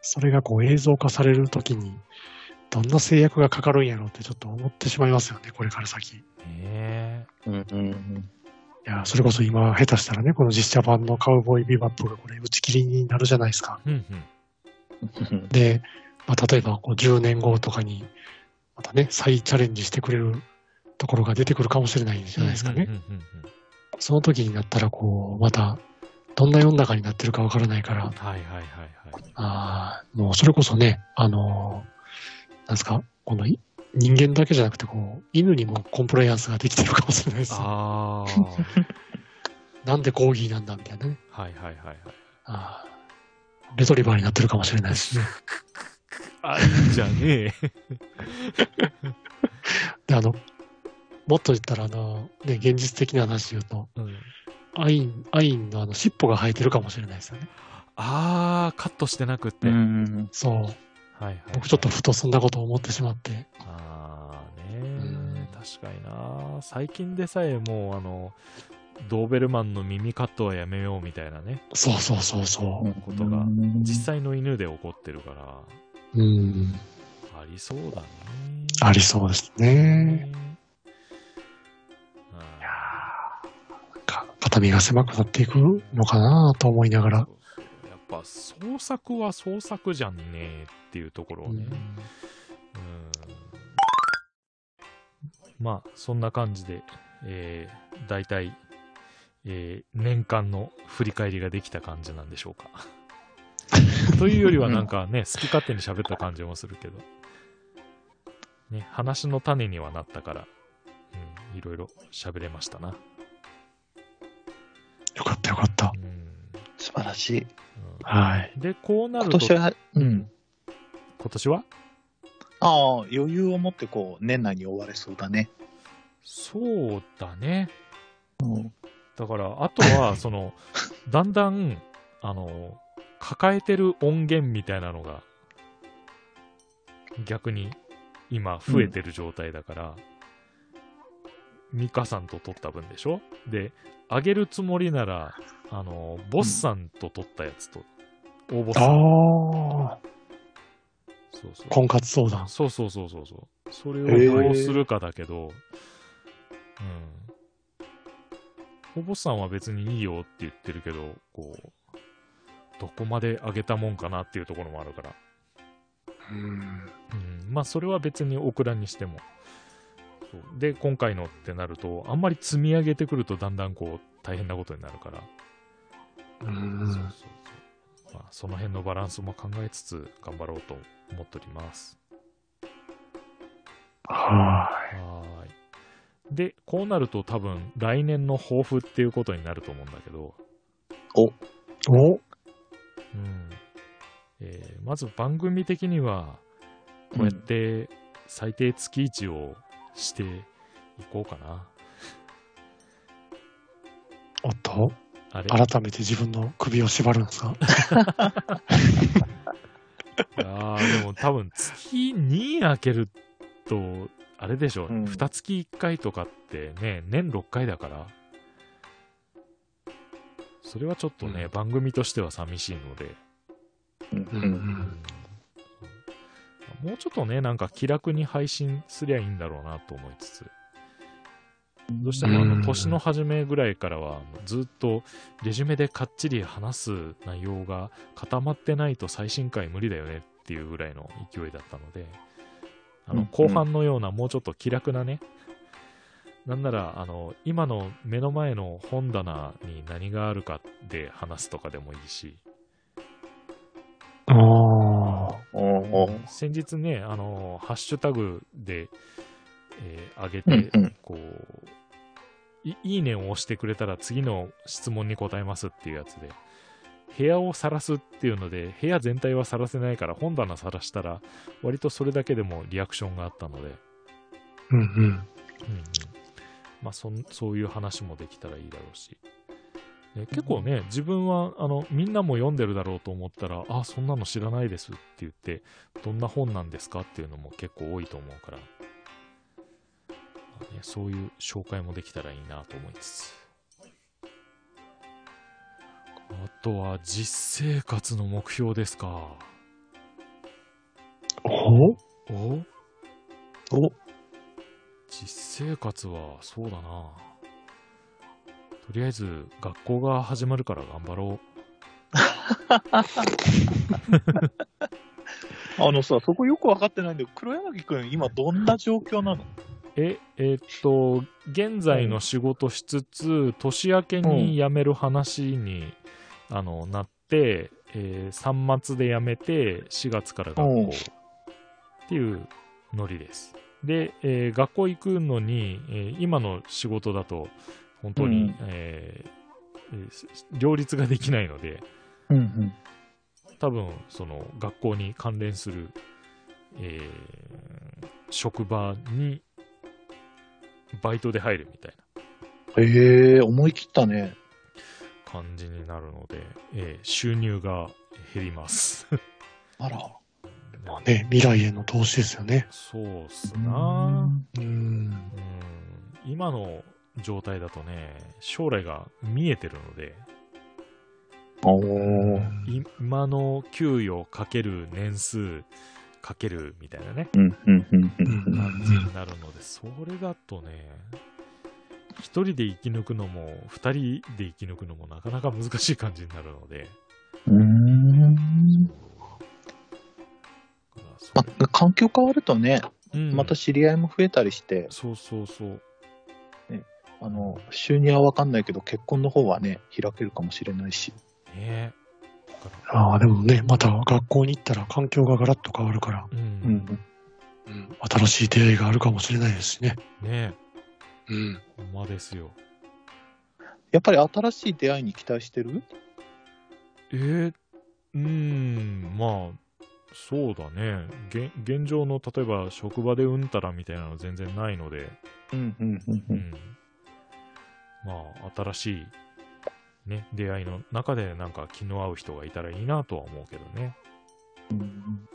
S3: それがこう映像化されるときに、どんな制約がかかるんやろうってちょっと思ってしまいますよね、これから先。い
S1: ねえ
S4: うんうん
S3: や、それこそ今、下手したらね、この実写版のカウボーイビバップがこれ打ち切りになるじゃないですか。
S1: うんうん。
S4: うん。
S3: で、まあ、例えばこう10年後とかに、またね、再チャレンジしてくれるところが出てくるかもしれないじゃないですかね。
S1: うんうんうんうん
S3: その時になったら、こう、また、どんな世の中になってるかわからないから、
S1: はいはいはいはい。
S3: あーもうそれこそね、あのーなんですか、このい人間だけじゃなくてこう、犬にもコンプライアンスができてるかもしれないです。
S1: ああ。
S3: なんでコーギーなんだみたいなね。
S1: はいはいはいはい。
S3: あーレトリバーになってるかもしれないですね。
S1: あ、いいじゃねえ。
S3: で、あの、もっと言ったら、あの、ね、現実的な話で言うと、
S1: うん、
S3: アイン、アインのあの、尻尾が生えてるかもしれないですよね。
S1: ああ、カットしてなくって。
S4: う
S1: はい
S4: ん
S3: そう。
S1: はいはい。
S3: 僕ちょっとふとそんなことを思ってしまって。
S1: ああ
S3: うん
S1: ね確かにな最近でさえもうあのドーベルマンの耳カットはやめようみたいなね
S3: そうそうそうそ
S1: ことが実際の犬で起こってるから
S3: う。うん。
S1: ありそうだね
S3: ありそうですね。
S1: うん
S3: いやーなんか肩身が狭くなっていくのかなと思いながら、
S1: やっぱ創作は創作じゃんねえっていうところをね、うんまあそんな感じで、えー、大体、えー年間の振り返りができた感じなんでしょうか。というよりはなんかね好き勝手に喋った感じもするけど、ね、話の種にはなったから、うん、いろいろ喋れましたな。
S3: よかったよかった
S1: うん
S4: 素晴らしい。
S1: う
S3: はい
S1: んでこうな
S4: 今
S1: ると
S4: 年は、うん。
S1: 今年は
S4: ああ、余裕を持ってこう、年内に終われそうだね。
S1: そうだね。
S4: うん。
S1: だから、あと は、その、だんだん、あの、抱えてる音源みたいなのが、逆に、今、増えてる状態だから、ミカさんと撮った分でしょで、あげるつもりなら、あの、ボスさんと撮ったやつと、大ボス
S3: あ
S1: さん。
S3: あ
S1: そうそう。
S3: 婚活相談
S1: そうそうそうそうそう。それ
S4: へ
S1: を
S4: ー
S1: どうするかだけど、うん。ほぼさんは別にいいよって言ってるけど、こう、どこまで上げたもんかなっていうところもあるから。
S3: うん
S1: うん。まあ、それは別にオクラにしても。そうで、今回のってなると、あんまり積み上げてくるとだんだんこう、大変なことになるから。
S3: う
S1: そうそうんそう。まあ、その辺のバランスも考えつつ、頑張ろうと思っております。
S3: は
S1: はーい。で、こうなると多分来年の抱負っていうことになると思うんだけど、
S3: いお
S1: うんえーまず番組的には、こうやって最低月1をしていこうかな。
S3: おっと
S1: あれ
S3: 改めて自分の首を縛るんですか
S1: あーでも多分月2開けると、あれでしょ、
S4: うん
S1: 2月1回とかってね、年6回だから、それはちょっとね、
S3: うん
S1: 番組としては寂しいので、
S4: うん
S3: うんう
S4: うん
S3: ん
S1: もうちょっとね、なんか気楽に配信すりゃいいんだろうなと思いつつ、どうしてもあ
S3: うん
S1: の年の初めぐらいからは、ずっとレジュメでかっちり話す内容が固まってないと最新回無理だよねっていうぐらいの勢いだったので、あ
S4: う
S1: の
S4: ん
S1: 後半のようなもうちょっと気楽なね、なんならあの今の目の前の本棚に何があるかで話すとかでもいいし、
S3: おー
S4: おー
S1: 先日ね、あのーハッシュタグで、えー上げ
S4: う
S1: て
S4: ん、うん。
S1: こうい、いいねを押してくれたら次の質問に答えますっていうやつで、部屋を晒すっていうので、部屋全体は晒せないから本棚晒したら、割とそれだけでもリアクションがあったので、
S3: うんうん
S1: うんまあそんそういう話もできたらいいだろうし、ね結構ね、自分は、あの、みんなも読んでるだろうと思ったら、あ、そんなの知らないですって言って、どんな本なんですかっていうのも結構多いと思うから、まあね、そういう紹介もできたらいいなと思いつつ。あとは、実生活の目標ですか。
S3: お
S1: お
S4: お
S1: 実生活はそうだなとりあえず学校が始まるから頑張ろ
S4: あのさ、そこよく分かってないんだけど、黒柳くん、今どんな状況なの
S1: うええーっと現在の仕事しつつ年明けに辞める話に、あのなって、えー3末で辞めて4月から学
S4: うん
S1: 校っていうノリですで、えー学校行くのに、えー今の仕事だと本当に、
S4: うん
S1: えーえーす両立ができないので、
S4: うんうん。
S1: 多分その学校に関連する、えー職場にバイトで入るみたい
S4: ええ思い切ったね。
S1: な感じになるので、えー収入が減ります。
S4: あら。
S3: まあね、未来への投資ですよね。
S1: そうっすな
S3: うん。
S1: うん今の状態だとね将来が見えてるので
S4: おー
S1: い今の給与かける年数かけるみたいなね
S4: うんうんうんう。
S3: うんん
S1: 感じになるので、それだとね、一人で生き抜くのも、二人で生き抜くのもなかなか難しい感じになるので、
S4: うーん。
S1: だからそ
S4: まあ、環境変わるとね、
S1: うん
S4: また知り合いも増えたりして、
S1: そうそうそう、
S4: あの、収入は分かんないけど、結婚の方はね、開けるかもしれないし。
S1: ねだから
S3: ああ、でもね、また学校に行ったら環境がガラッと変わるから、
S1: うん、
S3: うん、新しい出会いがあるかもしれないですしね。
S1: ね
S3: うん。
S1: ほんまですよ。
S4: やっぱり新しい出会いに期待してる
S1: えー、うん、まあ、そうだね。現現状の、例えば、職場でうんたらみたいなの全然ないので、
S4: うんうんうんう。
S1: うんん、まあ新しい、ね、出会いの中でなんか気の合う人がいたらいいなとは思うけどね
S4: うん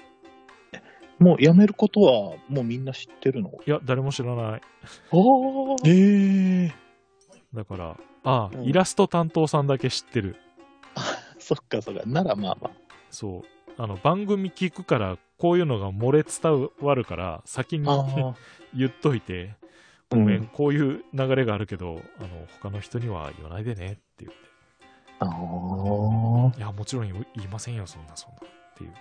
S4: もう辞めることはもうみんな知ってるの
S1: いや誰も知らない
S4: あ
S3: ええ
S1: だからああ、
S4: うん
S1: イラスト担当さんだけ知ってる
S4: あ、そっかそっか。ならまあまあ。
S1: そうあの番組聞くからこういうのが漏れ伝わるから先に
S4: あ
S1: 言っといてごめん、こういう流れがあるけどあの他の人には言わないでねって言って
S4: あー。
S1: いや、もちろん言いませんよ、そんな、そんな、っていう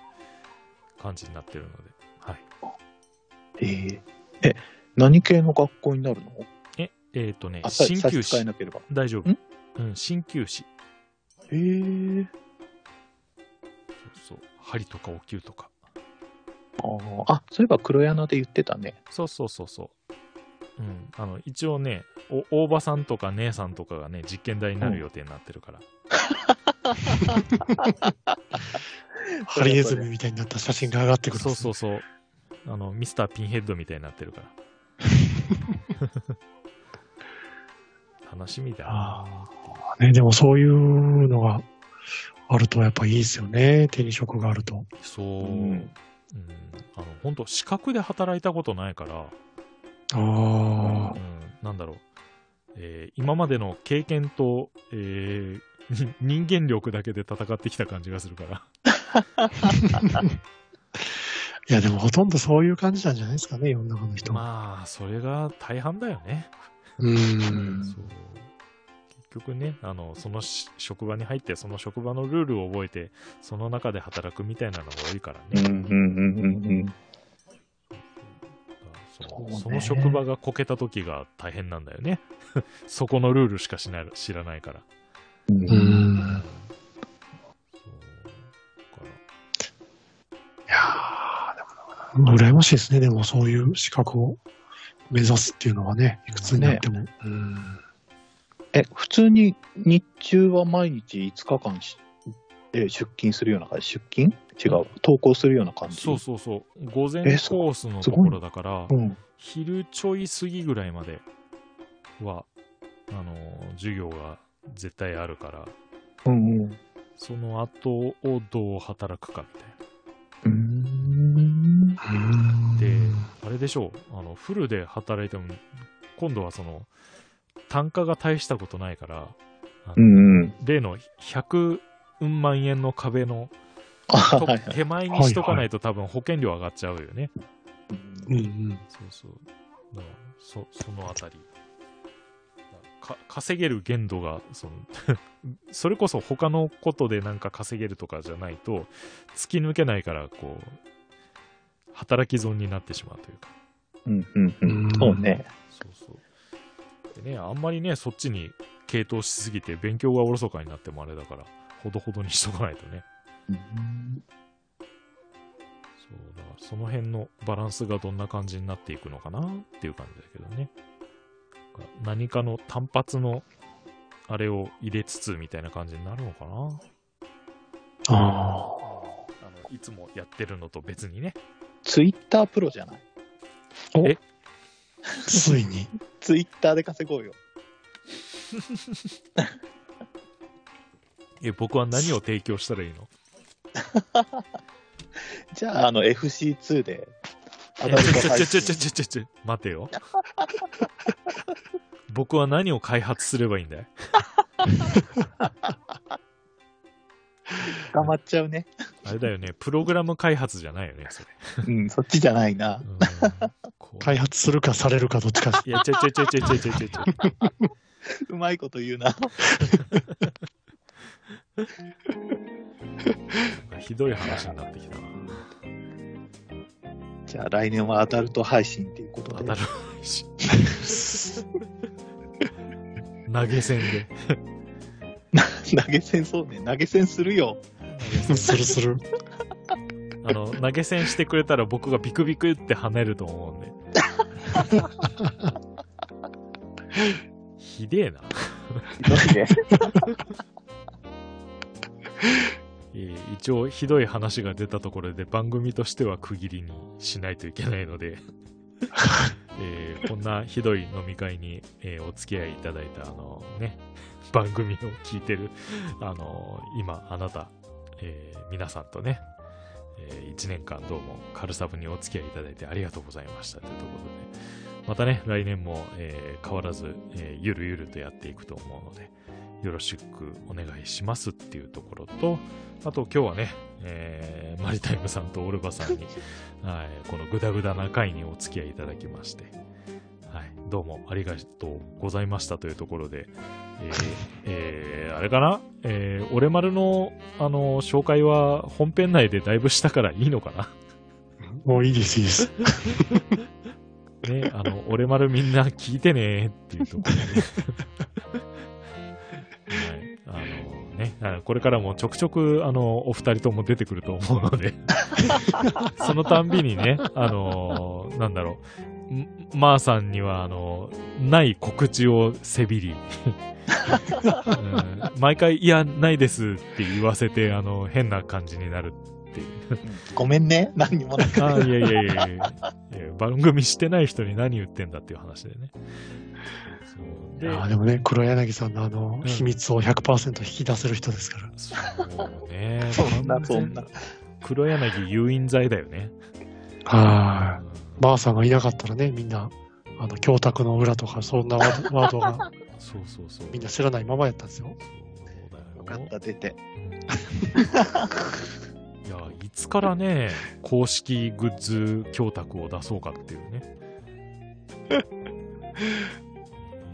S1: 感じになってるので。はい。
S4: えーえ、何系の学校になるの
S1: え、えっ、とね、
S4: あ、さ
S1: 鍼
S4: 差
S1: 灸
S4: し支え
S1: 師。
S4: なければ。
S1: 大丈夫
S4: ん。
S1: うん、鍼灸師。
S4: えー、
S1: そうそう。針とかお灸とか。
S4: あーあ、そういえば黒柳で言ってたね。
S1: そうそうそうそう。うん、あの一応ねお大場さんとか姉さんとかがね実験台になる予定になってるから、
S3: ハリネズミみたいになった写真が上がってくるん
S1: そ
S3: で
S1: う
S3: すね、
S1: そうそうあのミスターピンヘッドみたいになってるから 楽しみだな
S3: ああ。ね、でもそういうのがあるとやっぱいいですよね。手に職があると。
S1: そう、
S4: う
S1: うん。、あの本当資格で働いたことないから、う
S3: ああ。
S1: ん、なんだろう、えー今までの経験と、えー 人間力だけで戦ってきた感じがするから、
S3: いや、でもほとんどそういう感じなんじゃないですかね、世の中の 人。
S1: まあそれが大半だよね、
S3: うん。
S1: そう結局ねあのそのし職場に入ってその職場のルールを覚えてその中で働くみたいなのが多いからね、
S4: うん、うん、うん、うん。
S1: そ
S4: そう
S1: の
S4: ね
S1: その職場がこけた時が大変なんだよね そこのルールしかしない知らないから
S4: う
S1: う
S3: う。
S4: ん
S1: んそう
S3: いやーでも、羨ましいですね。でも、そういう資格を目指すっていうのはね、いくつになっても。うん。
S4: え、普通に日中は毎日5日間し、えー出勤するような感じ出勤違う。登校するような感じ。
S1: そうそうそう午前
S4: えそう
S1: コースのところだから
S4: うん。
S1: 昼ちょい過ぎぐらいまではあのー授業が絶対あるから、
S4: うんうん。
S1: その後をどう働くかみたいな。
S4: うん。
S1: で、あれでしょう、あのフルで働いても、今度はその、単価が大したことないから、あの
S4: うんうん。
S1: 例の100万円の壁の
S4: あ
S1: と
S4: はいはい。
S1: 手前にしとかないと多分保険料上がっちゃうよね。
S3: うんうん。
S1: そうそう。だからそそのあたり。か稼げる限度がその それこそ他のことでなんか稼げるとかじゃないと突き抜けないからこう働き損になってしまうというか
S4: うんうんうん。そうね。
S1: そうそう。でね、あんまりね、そっちに傾倒しすぎて、勉強がおろそかになってもあれだから、ほどほどにしとかないとね。そうだからその辺のバランスがどんな感じになっていくのかなっていう感じだけどね。なんか何かの単発のあれを入れつつみたいな感じになるのかな
S3: あ
S1: あのいつもやってるのと別にね。
S4: ツイッタープロじゃない
S3: あ、ついに。
S4: ツイッターで稼ごうよ。
S1: え、僕は何を提供したらいいの
S4: じゃあ、あの、FC2 で。ア
S1: え
S4: ダルト
S1: ちょ
S4: 配
S1: ちょちょ
S4: 信
S1: ちょちょちょちょ、待てよ。 僕は何を開発すればいいんだい
S4: 捕まっちゃうね。
S1: あれだよね、プログラム開発じゃないよね、それ。
S4: うん、そっちじゃないな。
S1: うんこう
S3: 開発するかされるかどっちか。
S1: いや、ちょいちょいちょいちょいちょいちょいちょい。
S4: うまいこと言うな。
S1: ひどい話になってきたな。
S4: じゃあ、来年はアダルト配信っていうこと
S1: 当
S4: で
S1: た。るし。投げ銭 で。
S4: 投げ銭そうね。投げ銭するよ。
S3: するする。
S1: あの、投げ銭してくれたら僕がビクビクって跳ねると思うん で。ひでえな。えー一応ひどい話が出たところで番組としては区切りにしないといけないので、えーこんなひどい飲み会に、えーお付き合いいただいたあの、ね、番組を聞いてる、あの今あなた、えー皆さんとね、え1年間どうもカルサブにお付き合いいただいてありがとうございましたというところで、またね、来年も、えー変わらず、えーゆるゆるとやっていくと思うので、よろしくお願いしますっていうところと、あと今日はね、えーマリタイムさんとオルバさんに、はい、このグダグダな回にお付き合いいただきまして、はい、どうもありがとうございましたというところで、えーえーあれかな、えー、俺丸の、あの紹介は本編内でだいぶしたからいいのかな。
S3: もういいです、いいです。
S1: ね、あの、俺丸みんな聞いてねっていうところで。はい。あのね、あのこれからもちょくちょく、あの、お二人とも出てくると思うので、そのたんびにね、あの、なんだろう、んまー、さんには、あの、ない告知をせびり、うん毎回、いや、ないですって言わせて、あの、変な感じになるっていう。
S4: ごめんね。何にもなく
S1: あーいやいやいやいやいや番組してない人に何言ってんだっていう話でね。そう
S3: い
S1: で、
S3: やでもね、黒柳さんのあの、
S1: うん
S3: 秘密を100%引き出せる人ですから。
S1: そうね。
S4: そんなそんな。
S1: 黒柳誘引罪だよね。
S3: は
S1: うん
S3: い。ばあさんがいなかったらね、みんな、あの、教託の裏とか、そんなワードワードが
S1: そうそうそう。
S3: みんな知らないままやったんですよ。
S1: そうだよ。
S4: よかった、出て。
S1: いや、いつからね、公式グッズ供託を出そうかっていうね。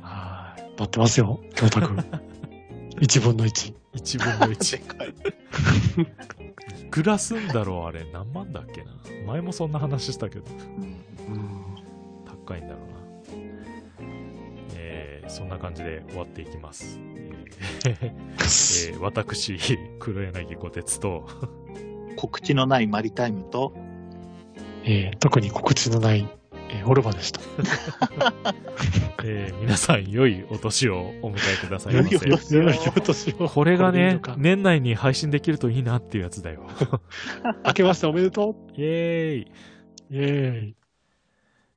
S3: はい。待ってますよ、教託。1分の1。
S1: 1分の1。
S4: でかい。
S1: いくらすんだろうあれ、何万だっけな。前もそんな話したけど。高いんだろうな。えーそんな感じで終わっていきます。 えーえー私、黒柳小鉄と、
S4: 告知のないマリタイムと、
S3: えー特に告知のない、えーオルバでした。
S1: えー皆さん良いお年をお迎えくださいま
S4: 良いお年
S1: せ。
S4: よろしくお
S1: これが
S3: これでいい
S1: ね
S3: のか、
S1: 年内に配信できる といいなっていうやつだよ。
S3: 明けましておめでと
S1: イエーイ
S3: うイェーイ